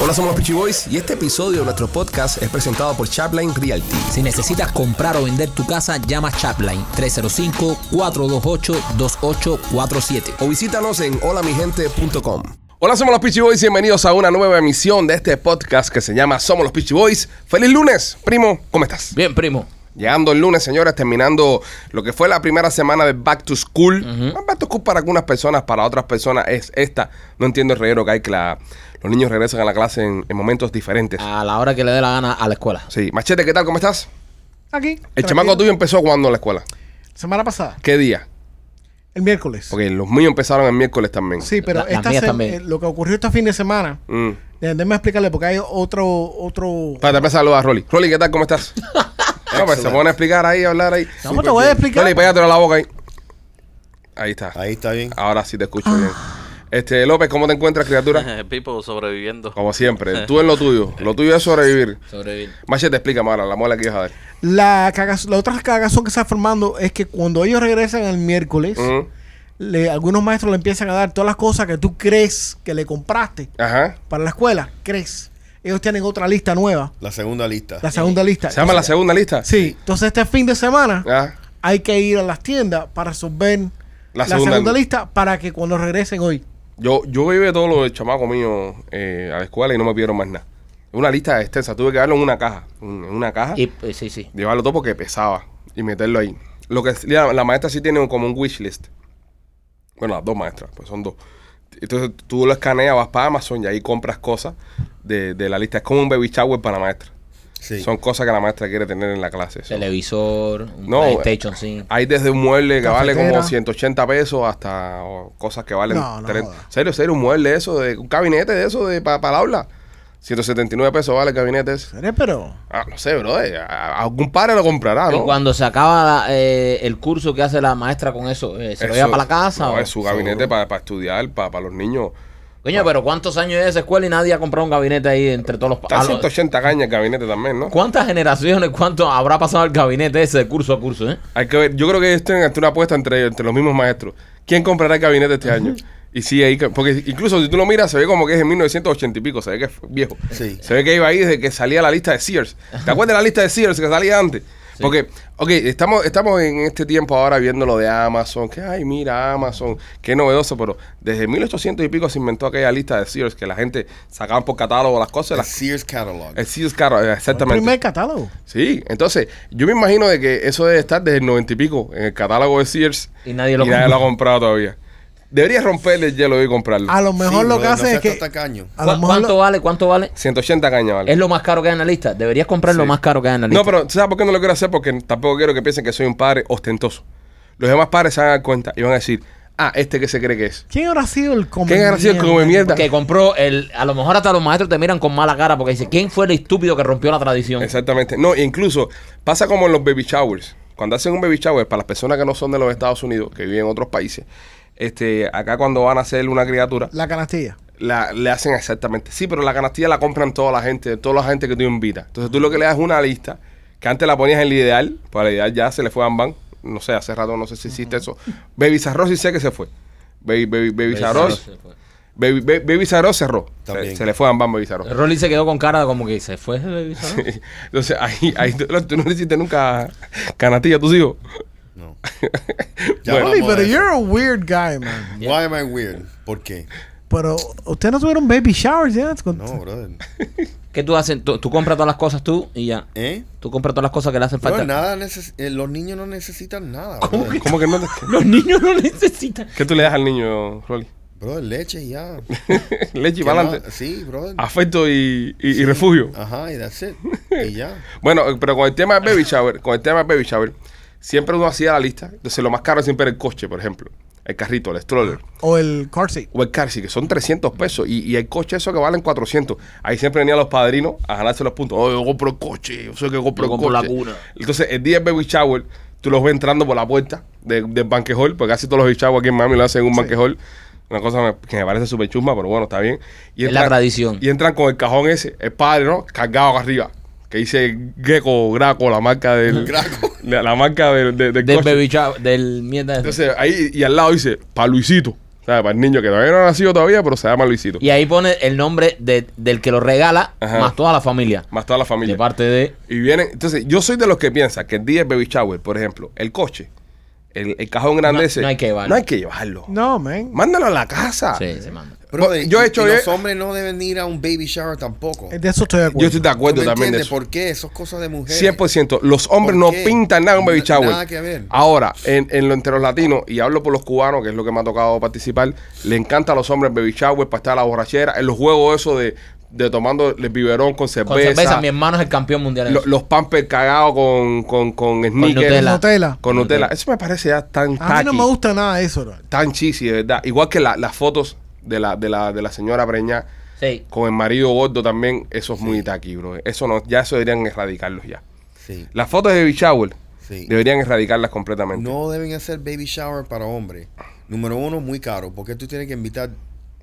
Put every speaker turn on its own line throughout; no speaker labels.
Hola, somos los Peachy Boys y este episodio de nuestro podcast es presentado por Chapline Realty.
Si necesitas comprar o vender tu casa, llama Chapline 305-428-2847.
O visítanos en holamigente.com. Hola, somos los Peachy Boys. Bienvenidos a una nueva emisión de este podcast que se llama Somos los Peachy Boys. ¡Feliz lunes! Primo, ¿cómo estás?
Bien, primo.
Llegando el lunes, señores, terminando lo que fue la primera semana de Back to School. Back to School para algunas personas, para otras personas es esta. No entiendo el reguero que hay, que la- los niños regresan a la clase en, en momentos diferentes.
A la hora que le dé la gana a la escuela.
Sí, Machete, ¿qué tal? ¿Cómo estás?
Aquí.
El
tranquilo.
chamaco tuyo empezó cuando en la escuela.
Semana pasada,
¿Qué día?
el miércoles.
Porque los míos empezaron el miércoles también.
Sí, pero
La- las
esta
mías
se-
también.
eh, lo que ocurrió este fin de semana,
Mm.
déjenme explicarle porque hay otro, otro.
Espérate, empezar a saludar a Rolly. Rolly, ¿qué tal? ¿Cómo estás? no, pues se pone a explicar ahí, a hablar ahí.
¿Cómo pues, te voy a explicar?
Rolly, pégatelo a la boca ahí. Ahí está.
Ahí está bien.
Ahora sí te escucho bien. Este, López, ¿cómo te encuentras, criatura?
Pipo sobreviviendo.
Como siempre, tú en lo tuyo. Lo tuyo es sobrevivir.
Sobrevivir.
Machete, explícame ahora la mola que ibas a dar.
La, cagaz- la otra cagazón que está formando es que cuando ellos regresan el miércoles,
Mm.
le- algunos maestros le empiezan a dar todas las cosas que tú crees que le compraste
Ajá.
para la escuela. Crees. Ellos tienen otra lista nueva,
La segunda lista.
la segunda lista.
¿Se llama la Ah. segunda lista?
Sí, entonces este fin de semana
Ajá.
hay que ir a las tiendas para resolver
La
la,
segunda-
segunda, lista para que cuando regresen hoy.
Yo, yo llevé todos los chamacos míos eh, a la escuela y no me pidieron más nada. Una lista extensa. Tuve que darlo en una caja. Un- En una caja.
Y, eh, sí, sí.
llevarlo todo porque pesaba y meterlo ahí. Lo que la, la maestra sí tiene como un wish list. Bueno, las dos maestras, pues son dos. Entonces tú lo escaneas, vas para Amazon y ahí compras cosas de, de la lista. Es como un baby shower para la maestra.
Sí.
Son cosas que la maestra quiere tener en la clase. Son-
Televisor, un
No, ah,
PlayStation 5.
Hay desde un mueble que vale como
Cafetera.
180 pesos hasta oh, cosas que valen...
No, no
tres-
joda.
serio, serio, un mueble de eso, de, un gabinete de eso de, para el aula. 179 pesos vale el gabinete ese.
Seré, Pero
Ah, no sé, bro. eh, a- a- algún padre lo comprará, ¿no?
Y cuando se acaba eh, el curso que hace la maestra con eso, eh, ¿se lo lleva
Eso-
para la casa?
No,
o?
es su gabinete para, para estudiar, para, para los niños.
Coño, pero ¿cuántos años es esa escuela y nadie ha comprado un gabinete ahí entre todos los pa-
Está
a
a
los-
180 cañas el gabinete también, ¿no?
¿Cuántas generaciones, cuánto habrá pasado el gabinete ese de curso a curso, eh?
Hay que ver, yo creo que esto es una apuesta entre, entre los mismos maestros. ¿Quién comprará el gabinete este año? Y sí, ahí, que- porque incluso si tú lo miras, se ve como que es en 1980 y pico, se ve que es viejo.
Sí.
Se ve que iba ahí desde que salía la lista de Sears. ¿Te acuerdas de la lista de Sears que salía antes? Porque, ok, estamos, estamos en este tiempo ahora viendo lo de Amazon, que ay, mira, Amazon, qué novedoso, pero desde 1800 y pico se inventó aquella lista de Sears que la gente sacaba por catálogo las cosas,
El
las
Sears Catalog.
El Sears Caro, eh,
el
exactamente.
primer catálogo.
Sí, entonces yo me imagino de que eso debe estar desde el noventa y pico en el catálogo de Sears
Y nadie lo
lo ha
compró.
comprado todavía. Deberías romperle el hielo y comprarlo.
Ah.
A lo mejor
Sí,
lo
brother,
que
no
hace
seas
es que.
tacaño.
A lo
¿Cu-
mejor
¿Cuánto
lo-
vale? ¿Cuánto vale?
180 cañas, vale.
Es lo más caro que hay en la lista. Deberías comprar lo
Sí.
más caro que hay en la lista.
No, pero ¿tú ¿sabes por qué no lo quiero hacer? Porque tampoco quiero que piensen que soy un padre ostentoso. Los demás padres se van a dar cuenta y van a decir, ah, este que se cree que es.
¿Quién habrá sido el come
¿Quién habrá sido el
mierda?
come mierda?
que compró el a lo mejor hasta los maestros te miran con mala cara porque dicen quién fue el estúpido que rompió la tradición
Exactamente. No, incluso pasa como en los baby showers. Cuando hacen un baby shower, para las personas que no son de los Estados Unidos, que viven en otros países, este, acá cuando van a hacer una criatura,
La canastilla.
la, le hacen exactamente. Sí, pero la canastilla la compran toda la gente, toda la gente que tú invitas. Entonces tú lo que le das es una lista, que antes la ponías en el ideal, pues el ideal ya se le fue a Bambán. No sé, hace rato no sé si hiciste eso. Baby Sarro sí sé que se fue. Baby, baby, baby Sarros- Baby, Baby- Baby Sarros cerró. Se,
También.
se le fue a Bambán Baby Sarros.
Rolly se quedó con cara de como que se fue ¿eh?
Entonces ahí, ahí tú, no- tú no le hiciste nunca canastilla a tus hijos.
No.
Bueno.
Oli,
hablamos
pero
de eso.
you're a weird guy, man.
Why am I weird? ¿Por qué?
Pero ustedes no tuvieron baby showers, ¿ya? Con-
No, brother.
¿qué tú haces? tú, tú compras todas las cosas tú y ya
¿Eh?
tú compras todas las cosas que le hacen
Brother,
falta
nada neces- eh, los niños no necesitan nada. Brother.
¿Cómo que no? te-
los niños no necesitan
¿Qué tú le das al niño, Rolly?
Brother, leche y ya.
Leche y
¿Qué
pa'lante.
más? Sí, brother.
Afecto y, y- y refugio.
Ajá, y that's it. Y ya.
Bueno, eh, pero con el tema de baby shower, con el tema de baby shower, siempre uno hacía la lista. Entonces, lo más caro siempre era el coche, por ejemplo. El carrito, el stroller.
O el car seat.
O el car seat, que son 300 pesos. Y, y el coche, eso que valen 400. Ahí siempre venían los padrinos a ganarse los puntos. Oh, yo compro el coche. Yo soy el que compro el
Yo compro
coche.
la cuna.
Entonces, el día del baby shower, tú los ves entrando por la puerta de- del banquejol, porque casi todos los baby shower aquí en Miami lo hacen en un banquejol. Una cosa me- que me parece súper chusma, pero bueno, está bien. Y
Es la tradición.
Y entran con el cajón ese, el padre, ¿no? Cargado acá arriba. Que dice Greco, Graco, la marca del.
Graco.
La, la marca del, de- del
del
coche.
baby shower del mierda ese.
Entonces, ahí y al lado dice, pa' Luisito. ¿Sabes? Para el niño que todavía no ha nacido todavía, pero se llama Luisito.
Y ahí pone el nombre de- del que lo regala,
Ajá.
más toda la familia.
Más toda la familia.
De parte de.
Y vienen, entonces yo soy de los que piensa que el día del baby shower, por ejemplo, el coche, el, el cajón grande
No-
ese,
no hay que llevarlo.
No hay que llevarlo.
No, man.
Mándalo a la casa.
Sí, se manda.
pues,
Brother,
Yo he
y-
hecho
y
bien-
los hombres no deben ir a un baby shower tampoco.
De eso estoy de acuerdo.
Yo estoy de acuerdo
¿Tú me
también de
entiendes
eso.
¿Por qué? Eso es cosa de mujeres.
100%. Los hombres no
¿Por qué?
pintan nada en un baby
Na-
shower.
nada que ver.
Ahora, en, en lo entre los latinos, y hablo por los cubanos, que es lo que me ha tocado participar, le encanta a los hombres el baby shower, para estar a la borrachera, en los juegos eso de, de tomando el biberón con cerveza.
Con cerveza, mi hermano es el campeón mundial. en
ah. lo-
eso.
los pampers cagados con, con, con sneakers.
Nutella.
Nutella.
Con Nutella. Eso me parece ya tan
A mí no
tacky,
me gusta nada eso, bro.
tan cheesy, de verdad. Igual que la- las fotos de la, de la, de la señora Preñá
Sí.
con el marido gordo también, eso es muy tacky, bro. Eso no, ya eso deberían erradicarlos ya.
Sí,
Las fotos de baby shower
sí.
deberían erradicarlas completamente.
No deben hacer baby shower para hombres. Número uno, muy caro. Porque tú tienes que invitar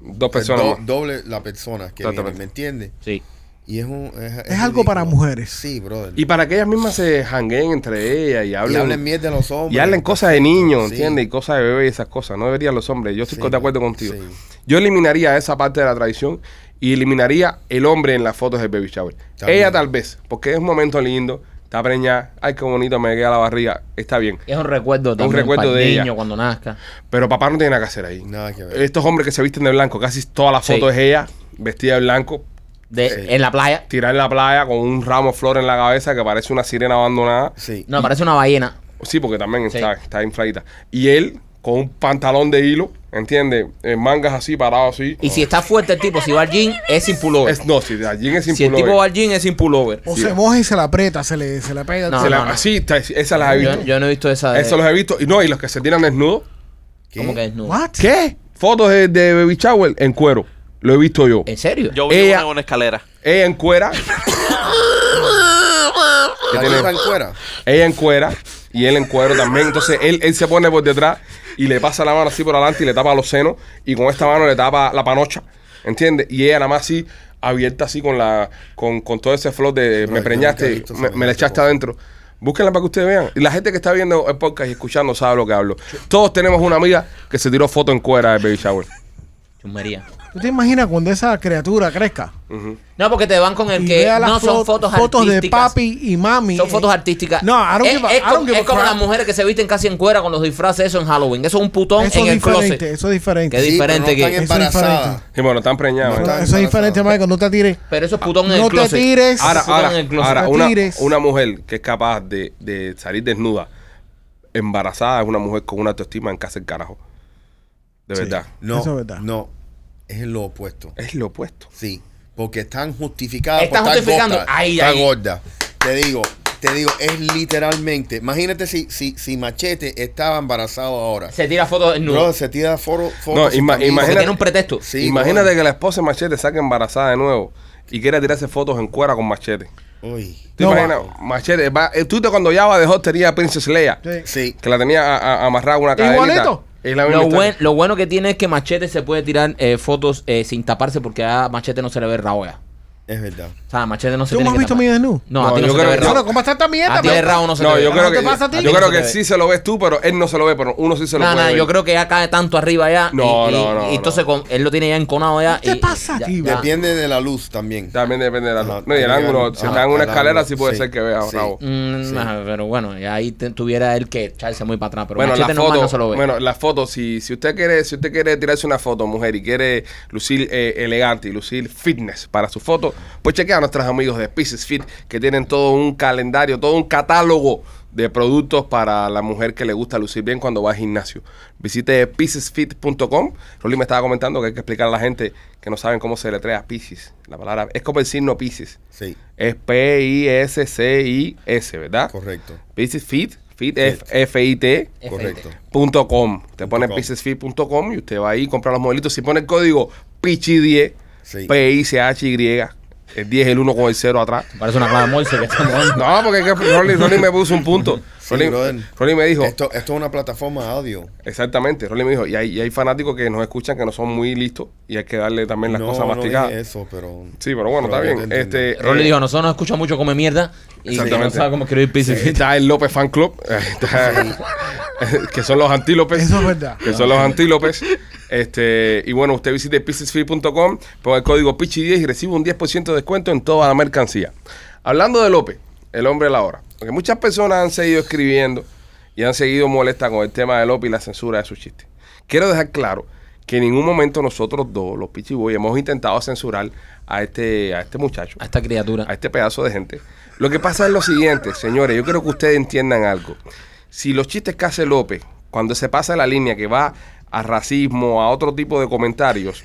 Dos
eh,
personas
do-
más.
doble la persona que viene,
Exactamente.
¿me entiendes?
Sí.
Y es un... Es,
Es algo para mujeres.
Sí, brother.
Y para que ellas mismas se janguen entre ellas y
hablen,
hablen,
y hablen mierda de los hombres.
y hablen cosas de niños,
Sí.
¿entiendes? Y cosas de bebé y esas cosas. No deberían los hombres. Yo estoy
Sí,
de acuerdo
man.
contigo.
Sí.
Yo eliminaría esa parte de la tradición y eliminaría el hombre en las fotos del baby shower.
También.
Ella tal vez, porque es un momento lindo, está preñada, ay, qué bonito me queda la barriga, está bien.
Es un recuerdo también.
recuerdo
para el
de
niño
ella.
cuando nazca.
Pero papá no tiene nada que hacer ahí.
Nada que ver.
Estos hombres que se visten de blanco, casi todas las
Sí.
fotos es ella, vestida de blanco,
De, En la playa.
tirar en la playa con un ramo de flor en la cabeza que parece una sirena abandonada.
sí.
No, parece una ballena.
Sí, porque también
Sí.
está, está infladita. Y él con un pantalón de hilo, ¿entiendes? Eh, mangas así, parado así.
Y si está fuerte el tipo, si va al gym, es sin pullover.
Es, no, si allí es sin
si el
pullover.
tipo va al gym, es sin pullover.
O
Sí.
se moja y se la aprieta, se le, se le pega.
No,
Se la-
no, no.
Sí, está- esas las he visto.
Yo, yo no he visto esa de.
Eso los he visto. Y no, y los que se tiran desnudos.
¿Qué?
¿Cómo que desnudo?
What?
¿Qué? Fotos de, de Baby Shower en cuero. Lo he visto yo.
¿En serio?
Yo vi
Ella-
una en una escalera.
Ella en cuera.
¿La
tiene-
tipa en cuera?
Ella en cuera. Y él en cuero también. Entonces él, él se pone por detrás y le pasa la mano así por adelante y le tapa los senos. Y con esta mano le tapa la panocha. ¿Entiendes? Y ella nada más así, abierta así con la con, con todo ese flor de
Bro,
me
yo nunca he
preñaste,
visto
me, me la
semejante
echaste
cosa.
adentro. Búsquenla para que ustedes vean. Y la gente que está viendo el podcast y escuchando sabe lo que hablo. Todos tenemos una amiga que se tiró foto en cuera de Baby Shower.
Chumería.
¿Tú te imaginas cuando esa criatura crezca?
No, porque te van con el
y
que
vea las
no son
fo-
fotos,
fotos de
artísticas.
papi y mami.
Son fotos
Eh,
artísticas.
No, I don't
es,
give a-
es
I don't
como,
give a
es como
crap.
las mujeres que se visten casi en cuera con los disfraces, eso en Halloween. Eso es un putón
Eso
en
es
el
diferente,
closet.
eso es diferente.
Que
Sí, pero
diferente que-
no
Eso
están
es
embarazadas.
diferente.
Y bueno, están preñados.
No,
¿eh?
eso
está
es diferente,
embarazada.
Michael, no te tires.
Pero eso es putón en el
No te
closet.
tires.
Ahora,
Eso es
ahora,
en el closet.
ahora
No
una,
tires.
una mujer que es capaz de, de salir desnuda, embarazada, es una mujer con una autoestima en casa el carajo. De verdad.
No,
Eso es verdad.
no. Es lo opuesto.
Es lo opuesto.
Sí, porque están justificadas
Están
por estar
justificando.
gorda.
Ay,
Está
ay.
gorda. Te digo, te digo, es literalmente. Imagínate si, si, si Machete estaba embarazado ahora.
Se tira fotos en
Bro, se tira foro,
No,
fotos. y
ima-
camisas.
Porque
imagínate-
tiene un pretexto.
Sí,
Imagínate
brother.
que la esposa de Machete saque embarazada de nuevo y quiera tirarse fotos en cuera con Machete.
Uy.
¿Tú
No,
imaginas? Machete, va, eh, tú te cuando Java dejó tenía a Princess Leia,
Sí.
Sí.
que la tenía a- a- amarrada a una cadena.
Igualito.
Lo, buen- lo bueno que tiene es que Machete se puede tirar eh, fotos eh, sin taparse porque a Machete no se le ve rabo ya.
Es verdad.
O sea, Machete no se
¿Tú
tiene
me has
que
visto
tapar.
a mí desnudo?
No, a
No,
ti no
yo
se te
creo
ve
que-
rabo.
Bueno, ¿cómo está esta mierda? pues?
A ti de
pero-
rabo no se
No,
te ve.
yo creo
¿No Ah, te
que,
pasa a ti?
yo
No
creo
se
que
te ve.
sí se lo ves tú, pero él no se lo ve, pero uno sí se lo
No,
puede
no,
ver.
yo creo que ya cae tanto arriba ya.
No,
y, y-
no, no,
y entonces con- él lo tiene ya enconado ya.
¿Qué
y-
pasa
ya-
aquí,
ya.
Depende de la luz también.
También depende de la
Ajá,
No, y el
también,
ángulo. Si
ajá,
está en una
ah, el
escalera,
ángulo,
sí puede
sí,
ser que vea
sí.
bravo.
Mm, nah, pero bueno, ya ahí te- tuviera él que echarse muy para atrás. Pero
Bueno, la
Machete normal
foto,
no se lo ve.
bueno, la foto, si, si usted quiere, si usted quiere tirarse una foto, mujer, y quiere lucir eh, elegante y lucir fitness para su foto, pues chequea a nuestros amigos de Pieces Fit, que tienen todo un calendario, todo un catálogo de productos para la mujer que le gusta lucir bien cuando va al gimnasio. Visite piecesfit.com. Rolly me estaba comentando que hay que explicar a la gente que no saben cómo se letrea Pisces. La palabra es como el signo Pisces.
Sí,
Es P-I-S-C-I-S, ¿verdad?
correcto.
Pieces Fit, Fit, F- F-I-T,
Correcto.
punto .com. Te pone
com.
piecesfit.com y usted va ahí, compra los modelitos. Si pone el código PICHI10,
Sí.
P-I-C-H-Y, el 10 el 1 con el 0 atrás.
Parece una clave morse que está moviendo.
No, porque es que Rolly, Rolly me puso un punto.
Sí,
Rolly,
brother.
Rolly me dijo,
Esto, esto es una plataforma audio.
exactamente, Rolly me dijo, y hay, y hay fanáticos que nos escuchan que no son muy listos y hay que darle también las
no,
cosas
no
masticadas.
dije eso, pero.
sí, pero bueno, está
pero yo
bien.
te entiendo.
Este,
Rolly
eh,
dijo, nosotros nos escucha mucho come mierda y que no
Exactamente.
sabe cómo escribir pizza.
Está el López Fan Club, está- que son los antílopes.
Eso es verdad.
Que son los antílopes. Este, y bueno, usted visite pizzasfree.com, ponga el código PICHI10 y recibe un 10% de descuento en toda la mercancía. Hablando de López, el hombre de la hora, porque muchas personas han seguido escribiendo y han seguido molestas con el tema de López y la censura de sus chistes. Quiero dejar claro que en ningún momento nosotros dos, los Pichiboy, hemos intentado censurar a este, a este muchacho
A esta criatura.
a este pedazo de gente. Lo que pasa es lo siguiente, señores, yo creo que ustedes entiendan algo. Si los chistes que hace López, cuando se pasa la línea que va a racismo, a otro tipo de comentarios,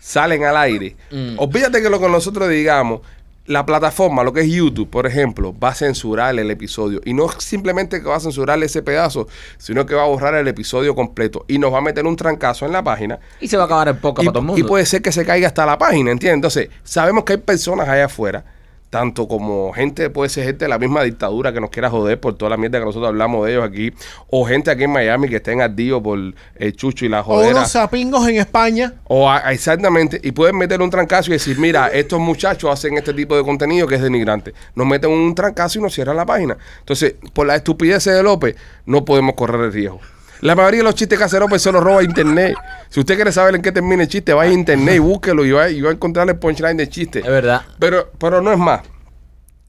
salen al aire, olvídate que lo que nosotros digamos, la plataforma, lo que es YouTube, por ejemplo, va a censurar el episodio. Y no simplemente que va a censurar ese pedazo, sino que va a borrar el episodio completo y nos va a meter un trancazo en la página
Y se va a acabar el poca
y,
para todo el mundo.
y puede ser que se caiga hasta la página, ¿entiendes? Entonces, sabemos que hay personas allá afuera, tanto como gente, puede ser gente de la misma dictadura que nos quiera joder por toda la mierda que nosotros hablamos de ellos aquí, o gente aquí en Miami que estén ardidos por el chucho y la
O
jodera.
unos sapingos en España.
O a- a- exactamente, y pueden meterle un trancazo y decir, mira, estos muchachos hacen este tipo de contenido que es denigrante. Nos meten un trancazo y nos cierran la página. Entonces, por la estupidez de López, no podemos correr el riesgo. La mayoría de los chistes que hace López se los roba internet. Si usted quiere saber en qué termina el chiste, vaya a internet y búsquelo y va, y va a encontrar el punchline del chiste.
Es verdad.
Pero, pero no es más.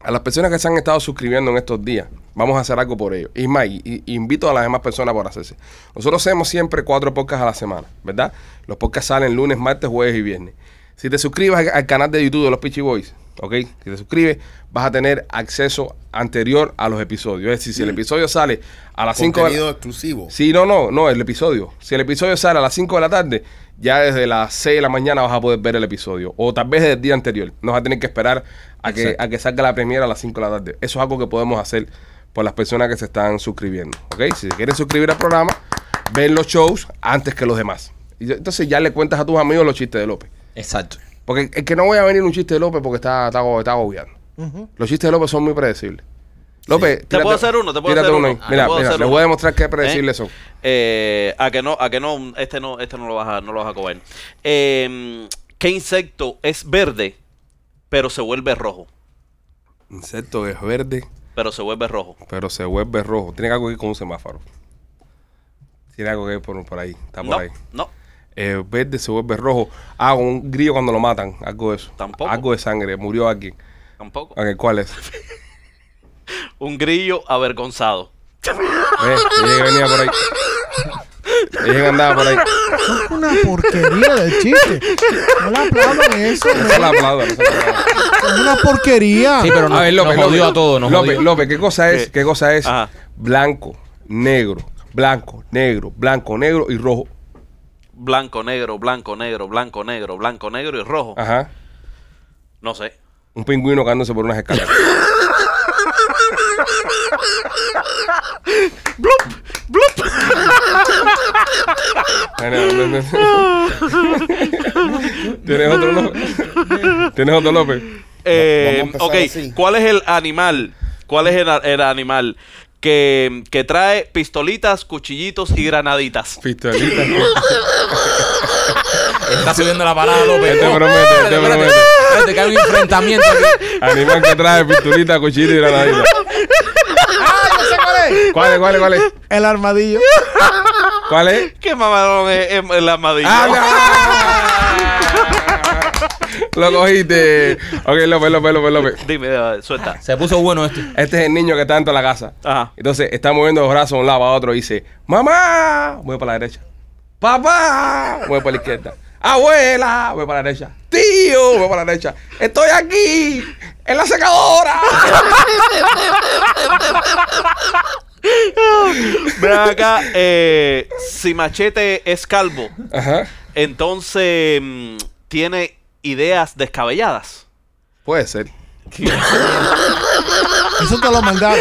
A las personas que se han estado suscribiendo en estos días, vamos a hacer algo por ellos. Y más, y- y- invito a las demás personas por hacerse. Nosotros hacemos siempre cuatro podcasts a la semana, ¿verdad? Los podcasts salen lunes, martes, jueves y viernes. Si te suscribes al- al canal de YouTube de los Pitchy Boys, ¿ok? Si te suscribes, vas a tener acceso anterior a los episodios. Es decir, si el episodio sale a las 5 de la
Contenido exclusivo.
Sí, no, no, no, el episodio. Si el episodio sale a las 5 de la tarde, ya desde las 6 de la mañana vas a poder ver el episodio. O tal vez desde el día anterior. No vas a tener que esperar a que, a que salga la premiera a las 5 de la tarde. Eso es algo que podemos hacer por las personas que se están suscribiendo. ¿Ok? Si se quieren suscribir al programa, ven los shows antes que los demás. Y yo- entonces ya le cuentas a tus amigos los chistes de López.
Exacto.
Porque es que no voy a venir un chiste de López porque está, está, está agobiando. Los chistes de López son muy predecibles. López,
Te puedo hacer uno, te puedo hacer uno.
ahí.
Ah, te
Mira,
puedo
mira,
hacer
les
uno.
voy a demostrar qué predecibles
¿Eh?
son.
Eh, a que no, a que no, este no, este no lo vas a, no lo vas a coger. Eh, ¿Qué insecto es verde, pero se vuelve rojo?
Insecto es verde,
Pero se vuelve rojo.
pero se vuelve rojo. Tiene algo que ver con un semáforo. Tiene algo que ver por, por ahí. Está por
no,
ahí.
no.
Eh, verde se vuelve rojo. Ah, con un grillo cuando lo matan. Algo de eso.
Tampoco.
Algo de sangre. Murió alguien.
Tampoco.
Ok, ¿Cuál es?
Un grillo avergonzado.
Eh, yo dije que venía por ahí. Yo dije que andaba por ahí.
Es una porquería de chiste. No le aplaudan eso.
No
hombre.
se la aplauda, no se la aplauda.
Es una porquería.
Sí, pero no,
Ah, a ver, López,
nos jodió
López,
a todos. Nos
López,
jodió.
López, ¿qué cosa es?
¿Qué?
¿Qué cosa es?
Ajá.
Blanco, negro, blanco, negro, blanco, negro y rojo.
Blanco, negro, blanco, negro, blanco, negro, blanco, negro y rojo.
Ajá.
No sé.
Un pingüino cagándose por unas escaleras. ¡Blup! ¡Blup! ¿Tienes otro López? ¿Tienes otro López?
Eh,
Vamos a
ok,
empezar así.
¿cuál es el animal? ¿Cuál es el, a- el animal que, que trae pistolitas, cuchillitos y granaditas?
Pistolita.
Está subiendo la parada, López.
Te prometo,
Espérate,
te
espérate.
prometo.
Espérate, que hay un enfrentamiento aquí.
Animal que trae pistolita, cuchillo y granadita. ¿Cuál es? ¿Cuál es? ¿Cuál es?
El armadillo.
¿Cuál es?
¿Qué mamadón es, es el armadillo?
Ah,
¡Ah, no! Lo cogiste. Ok, López, López, López, López.
Dime, eh, suelta.
Se puso bueno esto.
Este es el niño que está dentro de la casa.
Ajá.
Entonces está moviendo los brazos de un lado a otro y dice: ¡Mamá! Voy para la derecha. ¡Papá! Voy para la izquierda. ¡Abuela! Voy para la derecha. ¡Tío! Voy para la derecha. ¡Estoy aquí! ¡En la secadora!
Ven acá, eh, si Machete es calvo,
Ajá.
entonces mm, tiene ideas descabelladas.
Puede ser.
Eso te lo mandaron.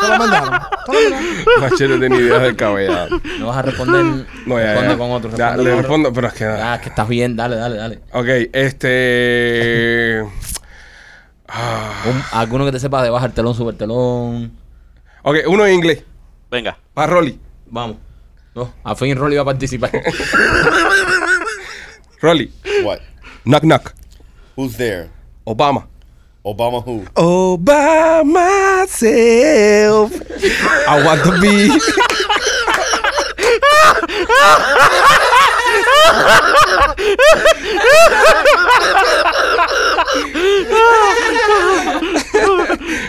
Te lo mandaron. Te lo mandaron.
Machete tiene ideas del cabello.
No vas a responder.
No, ya,
responde
ya.
con otro.
Ya,
responde
le
con otro.
respondo, pero es que.
Ah, que estás bien. Dale, dale, dale.
Ok, este. Ah.
Un- alguno que te sepa de bajar telón, super telón.
Ok, uno en inglés.
Venga.
Para Rolly.
Vamos. No, a fin Rolly va a participar.
Rolly.
What?
Knock knock.
Who's there?
Obama.
Obama who?
Oh, by myself. I want to be.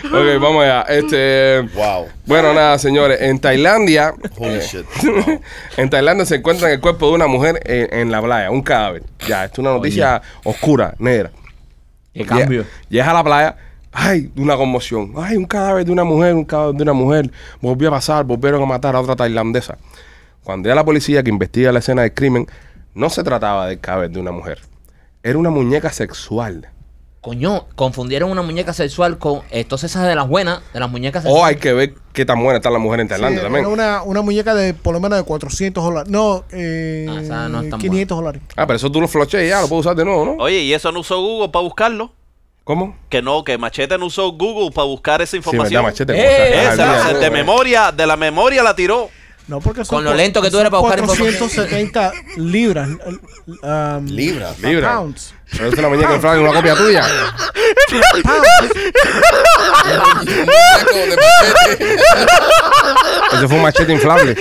Ok, vamos allá. Este,
Wow.
bueno, nada, señores. En Tailandia,
Holy shit.
en Tailandia se encuentran el cuerpo de una mujer en, en la playa, un cadáver. Ya, esto es una noticia oscura, negra.
¿Qué cambio?
Llega, llegas a la playa, ay, una conmoción. Ay, un cadáver de una mujer, un cadáver de una mujer. Volvió a pasar, volvieron a matar a otra tailandesa. Cuando llega la policía que investiga la escena del crimen, no se trataba del cadáver de una mujer. Era una muñeca sexual.
Coño, confundieron una muñeca sexual con. Entonces esa es de las buenas, de las muñecas
O
sexuales.
Oh, hay que ver qué tan buena está la mujer en Tailandia
Sí,
también.
era Una, una muñeca de por lo menos de 400 dólares. No, eh,
Ah, esa no es tan
500 dólares.
Ah, pero eso tú lo floché y ya, lo puedes usar de nuevo, ¿no?
Oye, ¿y eso no usó Google para buscarlo?
¿Cómo?
Que no, que Machete no usó Google para buscar esa
Sí, verdad,
información.
machete.
Eh,
¿cómo estás? Al
esa,
Esa,
día,
o sea, de
¿no?
memoria, de la memoria la tiró.
No, porque son
Con lo
cua-
lento que tú eres para
son
buscar información.
470 libras. um,
Libra.
Libra.
Pounds.
Pero es una muñeca inflada en una copia tuya.
Pounds.
Muñeco de machete.
Ese fue un machete inflable.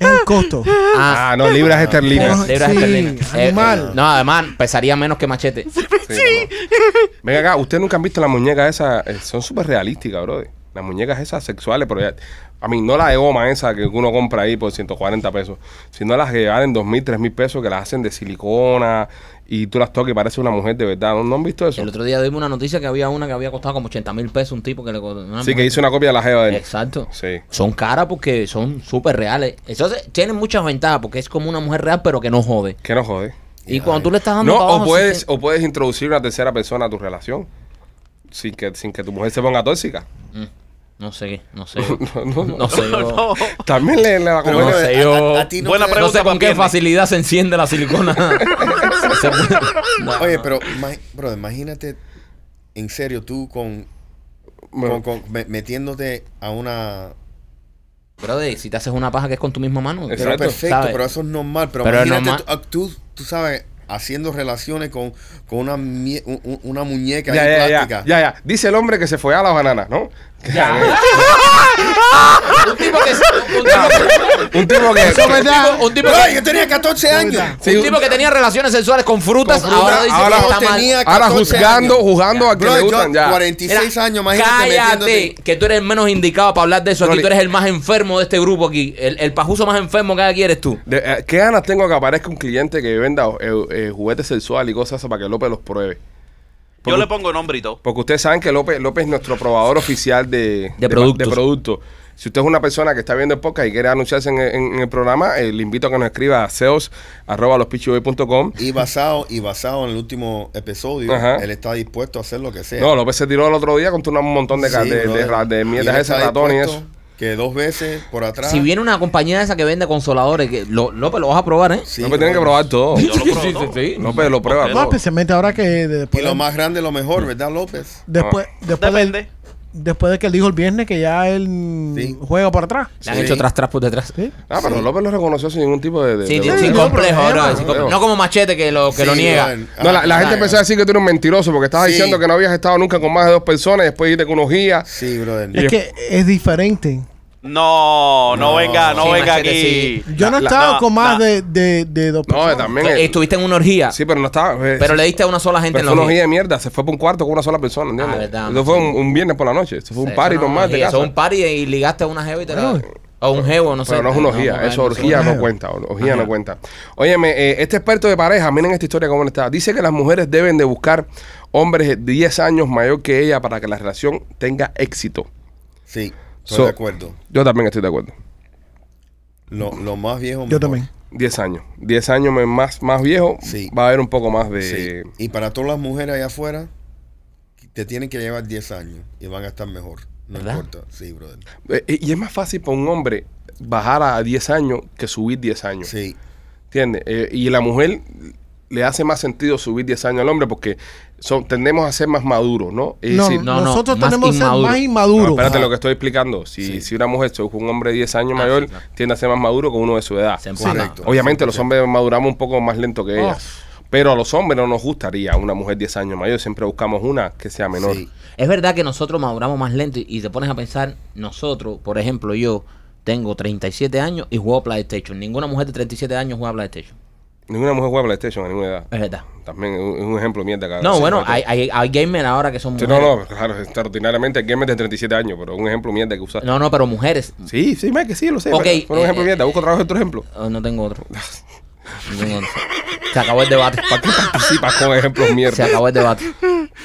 Es el costo.
Ah,
Ah, no, libras esterlinas.
Por-
libras
sí,
esterlinas. Eh,
animal.
eh, no, además pesaría menos que machete.
Sí, no, no. Ven acá, ustedes nunca han visto las muñecas esas, eh, son súper realísticas, brother. Las muñecas esas sexuales, pero ya- a mí no la de goma esa que uno compra ahí por 140 pesos, sino las que valen 2.000, 3.000 pesos, que las hacen de silicona y tú las tocas y parece una mujer de verdad. ¿No, no han visto eso?
El otro día dimos una noticia que había una que había costado como 80 mil pesos un tipo que le co- una
Sí, que
mujer.
hizo una copia de la jeva de él.
Exacto.
Sí.
Son caras porque son súper reales. Entonces, tienen muchas ventajas porque es como una mujer real, pero que no jode.
Que no jode.
Y cuando tú le estás dando
No,
para
o
abajo,
puedes,
Ah, sí te-
o puedes introducir una tercera persona a tu relación sin que, sin que tu mujer se ponga tóxica.
No sé, no sé.
No, no, no.
No sé. yo-
No.
También le, le la
Pero
comen-
bueno,
sé yo.
a- a- a ti no
Buena
te-
No
pregunta.
sé con qué
conviene.
facilidad se enciende la silicona. Se puede- No,
Oye,
no.
pero, ma- bro, imagínate, en serio, tú con,
Bueno,
con- con- me- metiéndote a una...
Brother, si te haces una paja que es con tu misma mano.
Exacto.
Pero perfecto,
¿sabes?
pero eso es normal. Pero,
Pero es
imagínate
normal.
tú- ah, Tú, tú sabes, haciendo relaciones con, con una, mie- un- un- una muñeca
ya,
ahí
ya, ya,
plástica.
ya, ya. Dice el hombre que se fue a las bananas, ¿no?
Un tipo que, un tipo
un tipo que.
Eso es verdad.
que- un tipo
Bro,
que-
yo tenía 14 años.
Sí,
un tipo que tenía relaciones sexuales con frutas,
Con frutas,
Pues
ahora
ahora dice que está
yo
mal.
tenía
Ahora
14
juzgando,
años.
juzgando a quien
Bro,
le
yo
gustan ya.
46
Mira,
años, imagínate
Cállate,
metiéndote.
que tú eres el menos indicado para hablar de eso. Aquí
Rolly.
tú eres el más enfermo de este grupo aquí. El, el pajuso más enfermo que hay aquí eres tú.
De- eh, ¿Qué ganas tengo que aparezca un cliente que venda eh, eh, juguetes sexuales y cosas esas para que López los pruebe?
Yo le pongo nombre y todo.
Porque ustedes saben que López, López es nuestro probador oficial de,
productos.
productos. Si usted es una persona que está viendo el podcast y quiere anunciarse en, en- en el programa, eh, le invito a que nos escriba a seos.com.
Y basado, y basado en el último episodio,
Ajá.
él está dispuesto a hacer lo que sea.
No, López se tiró el otro día con un montón de, ca-
Sí,
de, de
brother.
ra- de
Y
mierdas
él
esas,
está
ratones y eso.
dispuesto Que dos veces por atrás.
Si viene una compañía esa que vende consoladores, que lo, López, lo vas a probar, ¿eh?
Sí,
López tiene que
brother.
probar todo.
Yo lo pruebo
Sí, sí,
todo.
sí.
López lo prueba
Ok.
No,
todo.
especialmente ahora que de-
Y
después,
lo más grande, lo mejor, ¿verdad, López?
después, después,
Depende.
del, después de que él dijo el viernes que ya él
Sí.
juega por atrás.
Le han
Sí.
hecho tras tras por detrás.
Sí.
Ah, pero López lo reconoció sin ningún tipo de. de-
Sí,
de-
tío,
de-
sin
no,
complejo,
problema.
bro, sin complejo. No como machete que lo, que lo
Sí,
niega.
brother.
No, la, la
Ah,
gente
ah,
empezó a decir que tú eres un mentiroso porque estabas
Sí.
diciendo que no habías estado nunca con más de dos personas y después dijiste que uno guía.
Sí, brother.
Y-
Es que es diferente.
No, no, venga, no
Sí,
venga
Machete,
aquí.
Yo no he
La-
estado
no,
con más
no.
de, de, de dos
No,
personas.
también.
Eh,
eh,
Estuviste en una orgía,
sí, pero no estaba. eh,
pero
sí,
le diste a una sola gente
pero
en
fue
la
una orgía
orgía.
de mierda. Se fue por un cuarto con una sola persona, ¿entiendes?
Ah, verdad,
Eso fue un, un viernes por la noche. Eso fue un party
Eso no es
normal
una
de
orgía,
casa.
Eso es un party y ligaste a una jeva y te la...
Bueno.
O un jevo, no sé.
Pero no es una orgía,
no,
eso
no,
orgía
no,
no
no.
cuenta, or- orgía no cuenta. Óyeme, eh, este experto de pareja, miren esta historia cómo está. Dice que las mujeres deben de buscar hombres de 10 años mayor que ella para que la relación tenga éxito.
Sí, estoy
So-
de acuerdo.
Yo también estoy de acuerdo.
Lo, lo más viejo.
Yo
mejor.
también.
10 años. 10 años me- más, más viejo,
Sí.
va a haber un poco más de...
Sí. Y para todas las mujeres allá afuera, te tienen que llevar 10 años y van a estar mejor. No
¿Verdad?
importa. Sí, brother.
Eh, Y es más fácil para un hombre bajar a 10 años que subir 10 años.
Sí.
¿Entiendes? Eh, y la mujer le hace más sentido subir 10 años al hombre porque son, tendemos a ser más maduros, ¿no? Es
No,
decir,
no, no,
nosotros
más
tenemos que ser
inmaduro.
más
No,
inmaduros.
espérate lo que estoy explicando. Si, si una mujer es un hombre de 10 años mayor, tiende a ser más maduro que uno de su edad.
Ah, Se empujó.
Correcto.
Obviamente los hombres maduramos un poco más lento que ella. Pero a los hombres no nos gustaría una mujer 10 años mayor. Siempre buscamos una que sea menor.
Sí.
Es verdad que nosotros maduramos más lento y, y te pones a pensar, nosotros, por ejemplo, yo, Tengo 37 años y juego PlayStation. Ninguna mujer de 37 años juega PlayStation.
Ninguna mujer juega PlayStation a ninguna edad.
Es verdad.
También es un es un ejemplo de mierda. cada-
No,
sí,
bueno,
cada-
hay, hay, hay gamers ahora que son
Sí,
mujeres.
no, no, claro, extraordinariamente hay gamers de 37 años, pero es un ejemplo mierda que usar.
No, no, pero mujeres.
Sí, sí, más que sí, lo sé.
Ok,
pero fue un
eh,
ejemplo
eh,
mierda. Busco trabajo otro ejemplo.
Oh, no tengo otro. No tengo otro. Se acabó el debate.
¿Para qué participas con ejemplos
Se
mierda?
acabó el debate.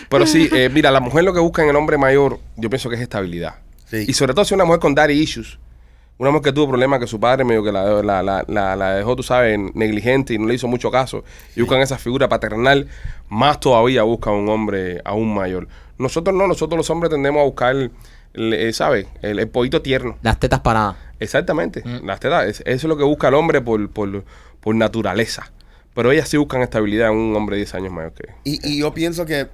Pero sí, eh, mira, la mujer lo que busca en el hombre mayor, yo pienso que es estabilidad.
Sí.
Y sobre todo si una mujer con daddy issues, una mujer que tuvo problemas que su padre medio que la, la- la- la- la dejó, tú sabes, negligente y no le hizo mucho caso, y buscan esa figura paternal, más todavía busca un hombre aún mayor. Nosotros no, nosotros los hombres tendemos a buscar, el, eh, ¿sabes? El, el pollito tierno.
Las tetas paradas.
Exactamente,
Mm.
las tetas, es- eso es lo que busca el hombre por, por, por naturaleza. Pero ellas sí buscan estabilidad en un hombre 10 años mayor que
Y, y yo pienso que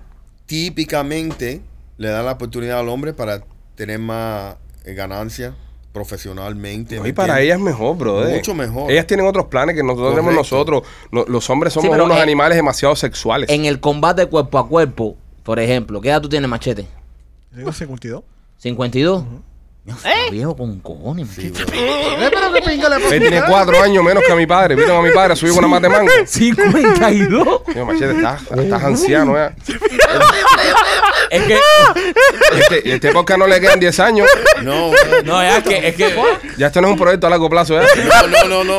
típicamente le dan la oportunidad al hombre para tener más eh, ganancia profesionalmente.
No,
¿me
y para
entiendes?
ellas mejor, brother.
Mucho mejor.
Ellas tienen otros planes que nosotros tenemos
Correcto.
nosotros. No- los hombres somos
pero
unos
en-
animales demasiado sexuales.
En el combate cuerpo a cuerpo, por ejemplo, ¿qué edad tú tienes, machete?
Tengo 52.
52. Dios, está viejo con cojones.
Sí,
machete.
bro.
Eh, pero qué pinga le
Él tiene cuatro años menos que mi padre. Vieron a mi padre a su hijo una más de mango.
52.
Digo, machete, estás, estás anciano ya.
es que
Este, este podcast no le quedan 10 años.
No, bro.
no, es que es que
Ya esto no es un proyecto a largo plazo, ¿eh?
no, no, no, no.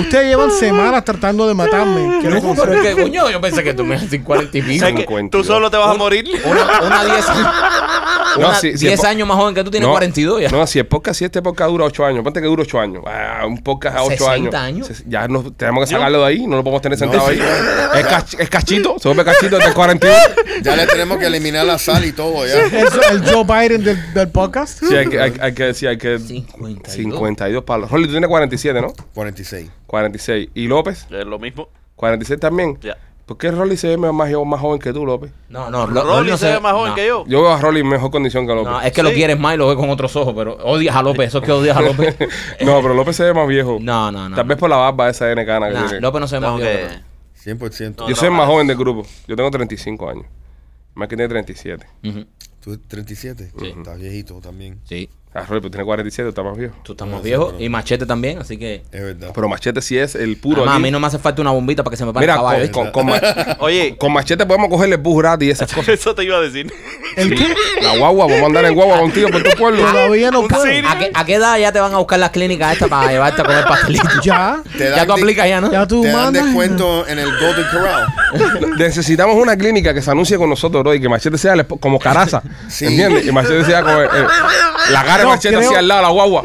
Ustedes llevan semanas tratando de matarme. Quiero
No,
confesar.
pero es que, coño, yo pensé que tú me ibas a decir 40 y pico.
¿Sabes que
52.
tú solo te vas a morir.
Una, una 10
No,
una
si- si
10
el po-
años más joven que tú tienes
no,
42 ya.
No, si el podcast, si este podcast dura 8 años, ponte que dura 8 años. Ah, un podcast a 8 años.
60 años.
Se- Ya nos, tenemos que sacarlo de ahí, no lo podemos tener sentado ahí.
sí.
Es, cach- es cachito, se vuelve cachito hasta el 42.
Ya le tenemos que eliminar la sal y todo ya.
Eso, el Joe Biden del, del podcast.
Sí, hay que, hay, hay que, sí, hay que
52.
52 palos. Rolly, tú tienes 47, ¿no?
46.
46. ¿Y López?
Es lo mismo.
46 también.
Ya.
¿Por qué Rolly se ve más, jo- más joven que tú, López?
No, no, lo-
Rolly
no
se ve más joven
no.
que yo.
Yo veo a Rolly en mejor condición que a López.
No, eh,
No,
es que lo
Sí.
quieres más y lo ves con otros ojos, pero odias a López, eso es que odias a López.
pero López se ve más viejo.
No, no, no.
Tal vez por la barba esa de N cana que
Nah,
tiene.
López no se ve más
Tengo
viejo
que-
que tú.
100%.
Yo
No,
soy el
no,
más
no.
joven del grupo. Yo tengo 35 años. Más que tiene 37.
Ujú,
¿Tú 37?
Sí.
Estás viejito también.
Sí,
Ah, Rolly, pero tiene 47, está más viejo.
tú estás más
No, sí,
viejo
pero-
y Machete también, así que.
Es verdad.
Pero Machete sí es el
Ah,
puro.
Además, a
aquí.
mí no me hace falta una bombita para que se me pare
Mira,
el caballo.
con,
¿viste?
con- con ma-
Oye,
con Machete podemos cogerle el bus gratis y esas cosas.
eso te iba a decir.
¿El Ah. qué?
La guagua, vamos a andar en guagua contigo por tu pueblo.
Todavía no
¿Un
puedo.
serio?
¿A qué, a qué edad ya te van a buscar las clínicas estas para llevarte a comer pastelito?
Ya.
Te
ya
dan
tú
di-
aplicas ya, ¿no?
Ya tú
Te dan
mandas.
descuento en el Golden Corral.
Necesitamos una clínica que se anuncie con nosotros, bro, y que Machete sea el esp- como Caraza.
Sí.
¿Entiendes? Y Machete sea como. eh, la cara de
No,
Machete
creo-
hacia al lado, la guagua.